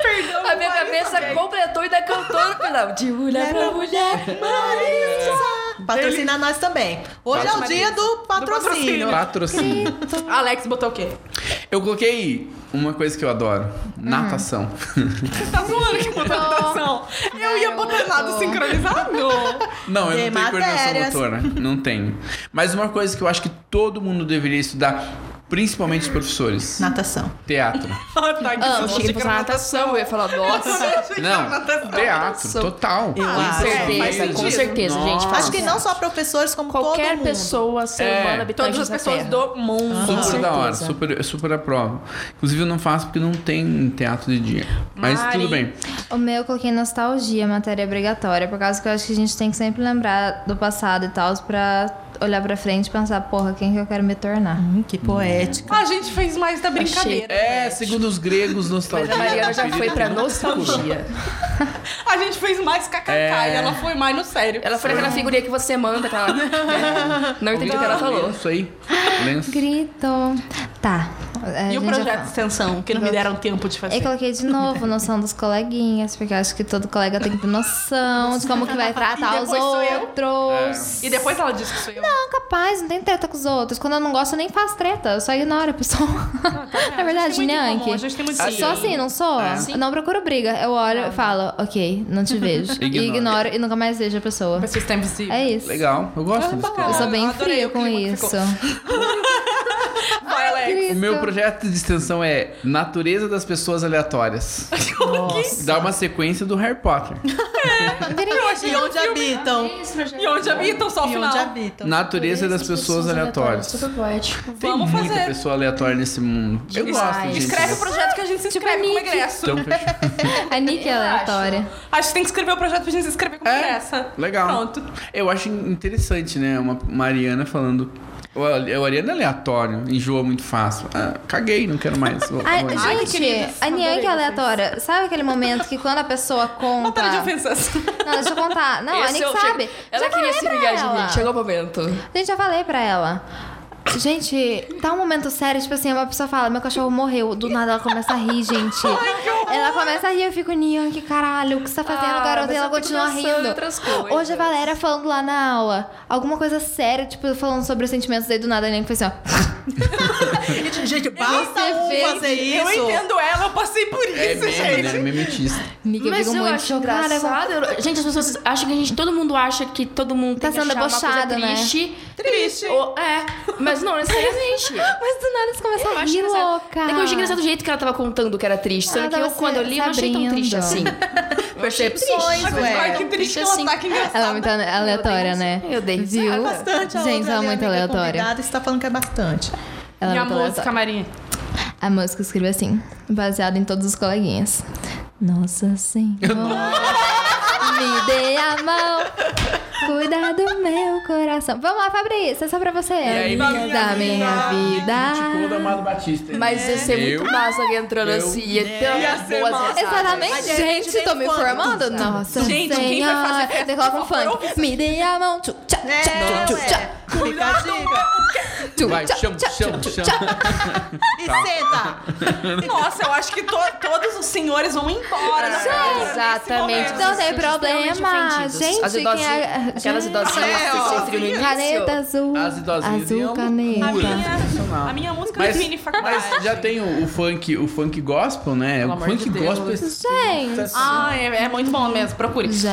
perdão. A minha Marisa. cabeça completou e tá da cantora final. é De mulher pra mulher. Marisa! Patrocina nós também. Hoje é o dia do patrocínio. Patrocínio. Alex botou o quê? um assim. Eu coloquei uma coisa que eu adoro: natação. Você tá zoando que botou natação. Eu ia botar nada sincronizado. Ah, Não, eu Tem não tenho coordenação matérias. motora. Não tenho. Mas uma coisa que eu acho que todo mundo deveria estudar, principalmente os professores: Natação. teatro. Ah, tá, que Amo, susto, achei que fosse natação. Eu ia falar, nossa. Não, teatro, Natação. total. Eu Com acho. certeza, certeza, com gente. certeza, gente. Nossa. Acho que não só professores, como todo Qualquer mundo. pessoa, ser É. humano, habitante Todas as da pessoas Terra. do mundo. Super certeza. da hora, super, super aprovo. Inclusive, eu não faço porque não tem teatro de dia. Mas Mari. tudo bem. O meu eu coloquei nostalgia, matéria obrigatória, por causa que eu acho que a gente tem que sempre lembrar do passado e tal, pra olhar pra frente e pensar, porra, quem que eu quero me tornar? Hum, que poético. A gente fez mais da brincadeira. né? É, segundo os gregos, nostalgia. Mas a Mariana já Queria foi ter pra um nostalgia. A gente fez mais kkk É. e ela foi mais no sério. Ela foi aquela figurinha que tá? É. você manda, aquela. Não entendi o que ela falou. Lenço aí. Lenço. Grito. Tá. A E o gente já projeto de fala. extensão, que não me deram tempo de Eu fazer. coloquei de novo noção dos coleguinhas, porque eu acho que todo colega tem que ter noção de como que vai tratar E os depois sou eu. É. outros. E depois ela disse que sou eu. Não, capaz, não tem treta com os outros. Quando eu não gosto, eu nem faço treta, eu só ignoro a pessoa. É Na verdade, né, Anki? A gente tem muito em Sou comum. assim, não sou? É. Eu Não procuro briga. Eu olho e falo, ok, não te vejo. E Ignora. Ignoro e nunca mais vejo a pessoa. Pessoas têm visível. É isso. Legal, eu gosto desse Eu sou cara. bem Eu Ah, adorei fria o com clima que ficou. isso. Vai, Alex. é O meu projeto de extensão é Natureza das Pessoas Aleatórias. Dá uma sequência do Harry Potter. E onde habitam? E onde habitam só o E final? onde habitam? Natureza das Pessoas Aleatórias. Super poético. Tem Vamos muita fazer. pessoa aleatória nesse mundo. Eu Demais. gosto, gente. Escreve o projeto que a gente se inscreve a como Nick. egresso. Então, fechou. A Nick é Eu acho. aleatória. Acho que tem que escrever o projeto pra gente se inscrever como É, egresso. legal. Pronto. Eu acho interessante, né? Uma Mariana falando. O Ale- o Ariana é aleatório, enjoa muito fácil. Ah, caguei, não quero mais. Vou- Ai, vou- Ai, que gente, queridos. a Adorei Niank é vocês. aleatória. Sabe aquele momento que quando a pessoa conta. Batalha de ofensas. Não, deixa eu contar. Não, a Esse Nick eu sabe. chego- Ela já queria falei se pra ligar de ela. mim. Chegou o momento. Gente, já falei pra ela. Gente, tá um momento sério, tipo assim, uma pessoa fala, meu cachorro morreu. Do nada ela começa a rir, gente. ela começa a rir, eu fico, Nian, que caralho, o que você tá fazendo, Ah, garota? mas E ela eu fico continua pensando em rindo. outras coisas. Hoje a Valéria falando lá na aula, alguma coisa séria, tipo, falando sobre os sentimentos, daí do nada a Nian foi assim, ó. Gente, basta Eu um sei, fazer Eu isso. entendo ela, eu passei por isso, É gente. mesmo, né? Memetista. Miga, Mas eu eu fico muito acho chocada. engraçado. eu- Gente, as pessoas acham que a gente. Todo mundo acha que todo mundo Tá tem sendo que achar uma debochado, coisa né? triste. Triste. Ou- é. Mas não, Mas necessariamente. do nada você começa a rir, engraçado. Tá louca. É que eu achei engraçado do jeito que ela tava contando que era triste. Sendo Ah, que tava eu, quando eu li, eu não achei tão se triste assim. abrindo. Percepções, triste, ué. ué. Ai, que triste que ela assim. tá, que engraçada. Ela é muito aleatória, né? Eu dei risada. Viu? Bastante. a Gente, ela é outra minha muito amiga aleatória. convidada está falando que é bastante. Ela é E a muito música, aleatória. Marinha? A música escreveu assim, baseada em todos os coleguinhas. Nossa Senhora, me dê a mão, cuida do meu coração. Vamos lá, Fabrício, é só pra você. aí, da minha minha, Tipo o vida. Amado Batista. né? Mas ia ser Eu- muito massa alguém entrando eu- assim. Ia ter Ia umas ser boas massa. risadas. Exatamente, Mas, gente, gente, tô tem me quantos? informando. Nossa Gente, quem vai fazer Senhora, festa, Daí coloca um por favor, funk. Me dê a mão, tchu, tchá, É, tchá, tchu, ué. tchá, Fica a dica. tchu, Vai, tchá, chama, tchá, chama, tchu, tchu, chama. tchá. E senta. Nossa, eu acho que to- todos os senhores vão embora. na verdade, nesse Exatamente. momento. Não tem Sentidos problema, extremamente ofendidos. gente, As quem idosinhas, é- tá aquelas idosinhas É, que ó, se referiu no início. Caneta azul, As idosinhas iam azul A loucura. caneta. minha, a minha música Mas, é mini faculdade. mas já tem o, o funk, o funk gospel, né? Pelo o amor funk de Deus. gospel é Gente. Ah, é, é muito bom mesmo, procure. Gente,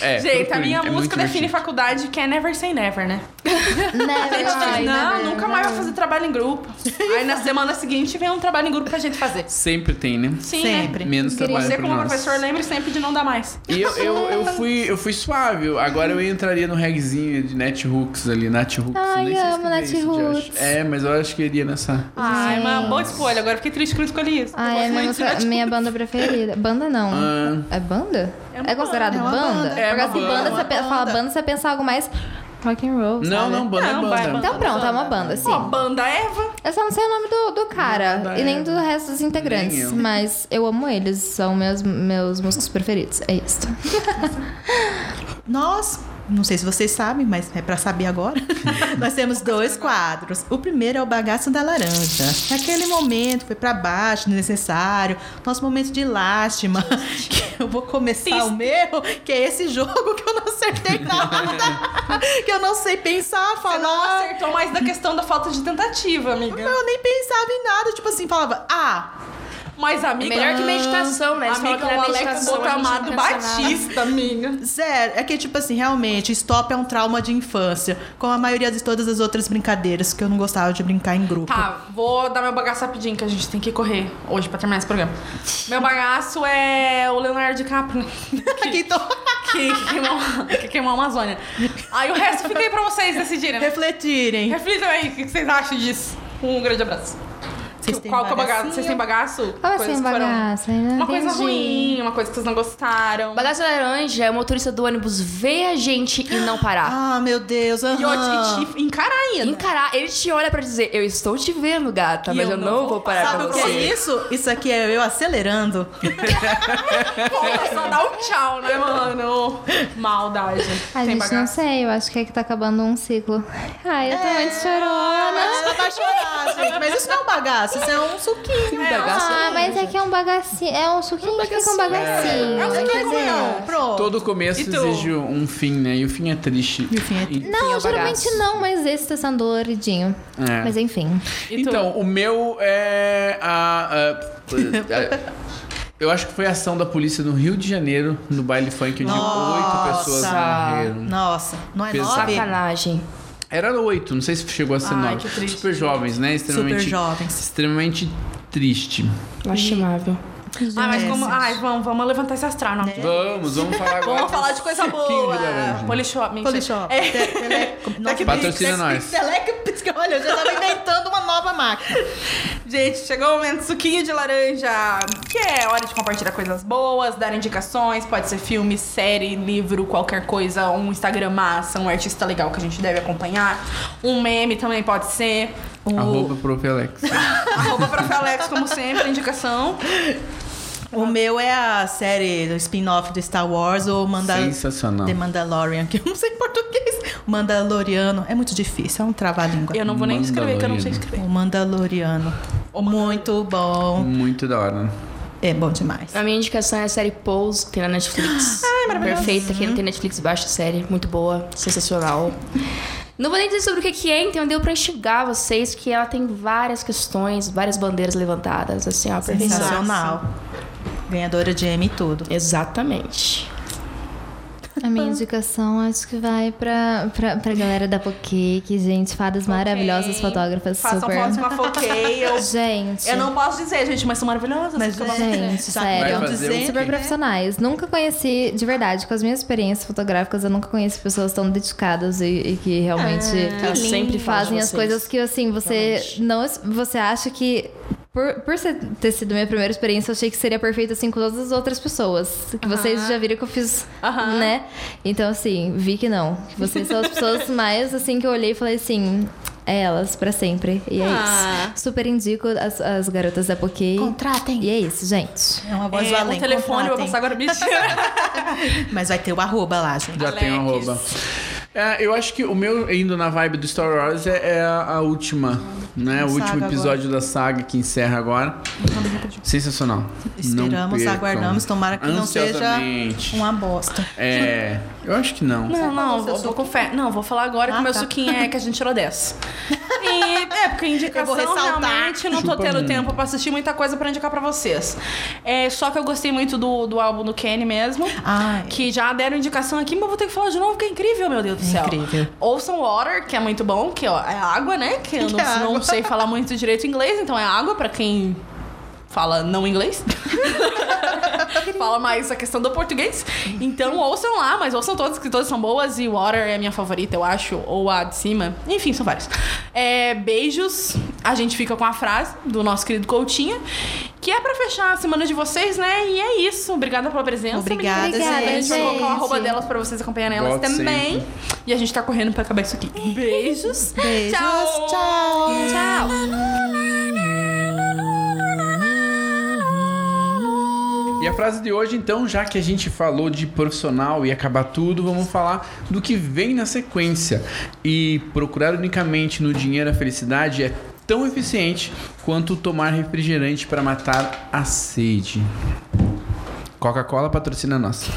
É, Gente, a procurem, minha é muito música define divertido. faculdade, que é Never Say Never, né? never Ai, mind, não, never nunca mais vai fazer trabalho em grupo. Aí na semana seguinte vem um trabalho em grupo pra gente fazer. Sempre tem, né? Sim, Sempre. né? Menos trabalho Você, pra como nós. professor, né? lembre sempre de não dar mais. E eu, eu, eu, fui, eu fui suave. Agora eu entraria no regzinho de Nat Hooks ali, Nat Hooks. Ai, nem sei amo escrever Nat isso, eu acho. Hooks. É, mas eu acho que iria nessa. Ai, uma boa escolha. Agora fiquei triste que eu não escolhi isso. Ah, é a minha, música- minha banda preferida. Banda não. Ah. É banda? É uma É considerado banda. É uma banda? banda. Por É uma causa que banda, banda. você pe- fala banda, você pensa algo mais rock and roll. Ah, Não, sabe? não, banda Não, vai, é banda. banda. Então pronto, é uma banda, sim. Ó, banda Eva. Eu só não sei o nome do, do cara Banda e nem é- do resto dos Nem integrantes, eu. mas eu amo eles, são meus, meus músicos preferidos. É isso. Nós, não sei se vocês sabem, mas é para saber agora. Nós temos dois quadros. O primeiro é o bagaço da laranja. Aquele momento foi para baixo, desnecessário. Nosso momento de lástima. Que eu vou começar o meu, que é esse jogo que eu não acertei nada. que eu não sei pensar, Você não falar. acertou mais da questão da falta de tentativa, amiga. Eu nem pensava em nada, tipo assim, falava, ah, Mas, É amiga... melhor que meditação, né? Você fala Amiga, que na o Alex é um meditação a gente não Botamado pensa nada. Batista, amiga. zero. É que, tipo assim, realmente, stop é um trauma de infância. Como a maioria de todas as outras brincadeiras, que eu não gostava de brincar em grupo. Tá, vou dar meu bagaço rapidinho, que a gente tem que correr hoje pra terminar esse programa. Meu bagaço é o Leonardo DiCaprio, né? Aqui tô que, que, queimou, que queimou a Amazônia. Aí o resto fica aí É. pra vocês decidirem. né? refletirem. Reflitam aí, o que vocês acham disso? Um grande abraço. Vocês Vocês que, têm qual que é o bagaço? bagacinho? Vocês têm bagaço? Como Coisas assim, que foram- bagaço? Ainda Uma coisa entendi. ruim, uma coisa que vocês não gostaram. Bagaço laranja é o motorista do ônibus ver a gente e não parar. Ah, meu Deus. E eu Ah. aham. te, te encarar ainda. Encarar, ele te olha pra dizer, eu estou te vendo, gata, E mas eu, não vou parar passar Sabe pra o pra que é você. isso? Isso aqui é eu acelerando. Pô, só dá um tchau, né, mano? Maldade. A Tem gente não bagaço? sei, eu acho que é que tá acabando um ciclo. Ai, eu tô muito chorona. Ah, Mas ela vai chorar, gente. Mas isso não é um bagaço, isso é um suquinho. Um bagaço Ah, mas é que é um bagacinho. É um suquinho que fica um bagacinho. É um Quer suquinho dizer, não. Pronto. Todo começo E tu? exige um fim, né? E o fim é triste. E o fim é triste. Não, Enfim, é um geralmente bagaço. não, mas esse tá sendo doloridinho. É. Mas enfim. E tu? Então, o meu é a. a- a- eu acho que foi a ação da polícia no Rio de Janeiro, no baile funk, onde Nossa. oito pessoas morreram. Nossa, não é Pesado. nove? Sacanagem. Era oito, não sei se chegou a ser Ai, nove. que triste. Super jovens, né? Extremamente, Super jovens. extremamente triste. Lastimável. Ai, mas como. Merece. Ai, vamos, vamos levantar esse astral, não. Né? Vamos, vamos falar agora. É. Vamos falar de coisa boa. de laranja. Polishop, mentira. Polishop. É. Te- tele- Nossa, Patrocina Pix, nós. Telec- Pix, Olha, eu já tava inventando uma nova máquina. É, Gente, chegou o momento suquinho de laranja, que é hora de compartilhar coisas boas, dar indicações, pode ser filme, série, livro, qualquer coisa, um Instagram massa, um artista legal que a gente deve acompanhar, um meme também pode ser, um o Arroba pro Alex. arroba Prof. Alex, como sempre, indicação. O meu é a série, o spin-off do Star Wars, ou Mandal... Sensacional. The Mandalorian, que eu não sei em português. O Mandaloriano. É muito difícil, é um trava-língua. Eu não vou nem escrever, que eu não sei escrever. O Mandaloriano. Muito bom. Muito da hora. É bom demais. A minha indicação é a série Pose, que tem na Netflix. Ai, maravilhosa. Perfeita, quem não tem Netflix, baixa a série. Muito boa, sensacional. Não vou nem dizer sobre o que que é, então deu pra enxergar vocês que ela tem várias questões, várias bandeiras levantadas, assim, ó, perfeição. Sensacional. Ganhadora de M e tudo. Exatamente. A minha indicação acho que vai pra, pra, pra galera da Poké, que, gente, fadas maravilhosas, Ok. fotógrafas Façam super. fotos com a Foquei, eu... Gente. Eu não posso dizer, gente, mas são maravilhosas. Mas, fica bom. Gente, Só sério. quero dizer Vai fazer Super profissionais. Nunca conheci, de verdade, com as minhas experiências fotográficas, eu nunca conheci pessoas tão dedicadas e, e que realmente Elas sempre fazem as coisas que, assim, você Realmente. não. Você acha que. Por, por ser- ter sido minha primeira experiência, eu achei que seria perfeito, assim, com todas as outras pessoas. Que vocês já viram que eu fiz, Aham. né? Então, assim, vi que não. Que vocês são as pessoas mais, assim, que eu olhei e falei assim... É elas, pra sempre. E é Ah. isso. Super indico as, as garotas da Poké. Contratem. E é isso, gente. É uma voz do É, além. o telefone, eu vou contratem. passar agora, bicho. Mas vai ter o arroba lá, gente. Já tem um Alex. arroba. É, eu acho que o meu, indo na vibe do Star Wars, é, é a, a última, Saga né? O Então, último episódio da saga que encerra agora. Sensacional. Não Esperamos, percam. aguardamos. Tomara que não seja um Ansiosamente. uma bosta. É, eu acho que não. Não, não, falou vou, seu vou confessar. Não, vou falar agora que Ah, o meu tá. suquinho é que a gente tirou 10. E é, porque indicação Eu vou ressaltar. realmente não tô Chupa tendo muito. tempo pra assistir muita coisa pra indicar pra vocês. É, só que eu gostei muito do, do álbum do Kenny mesmo. Ai. Que já deram indicação aqui, mas eu vou ter que falar de novo, que é incrível, meu Deus do É céu. incrível. Ouçam Water, que é muito bom, que ó, é água, né? Que eu Que não, é água. não sei falar muito direito inglês, então é água pra quem fala não inglês. fala mais a questão do português. Então ouçam lá, mas ouçam todas, que todas são boas. E Water é a minha favorita, eu acho. Ou a de cima. Enfim, são várias. É, beijos. A gente fica com a frase do nosso querido Coutinho, que é pra fechar a semana de vocês, né? E é isso. Obrigada pela presença. Obrigada, Obrigada, gente. gente. Vou colocar o arroba Gente. delas pra vocês acompanharem elas Volte também. sempre. E a gente tá correndo pra acabar isso aqui. Beijos. Beijos, Tchau. Tchau. E a frase de hoje, então, já que a gente falou de profissional e acabar tudo, vamos falar do que vem na sequência. E procurar unicamente no dinheiro a felicidade é tão eficiente quanto tomar refrigerante para matar a sede. Coca-Cola patrocina nós.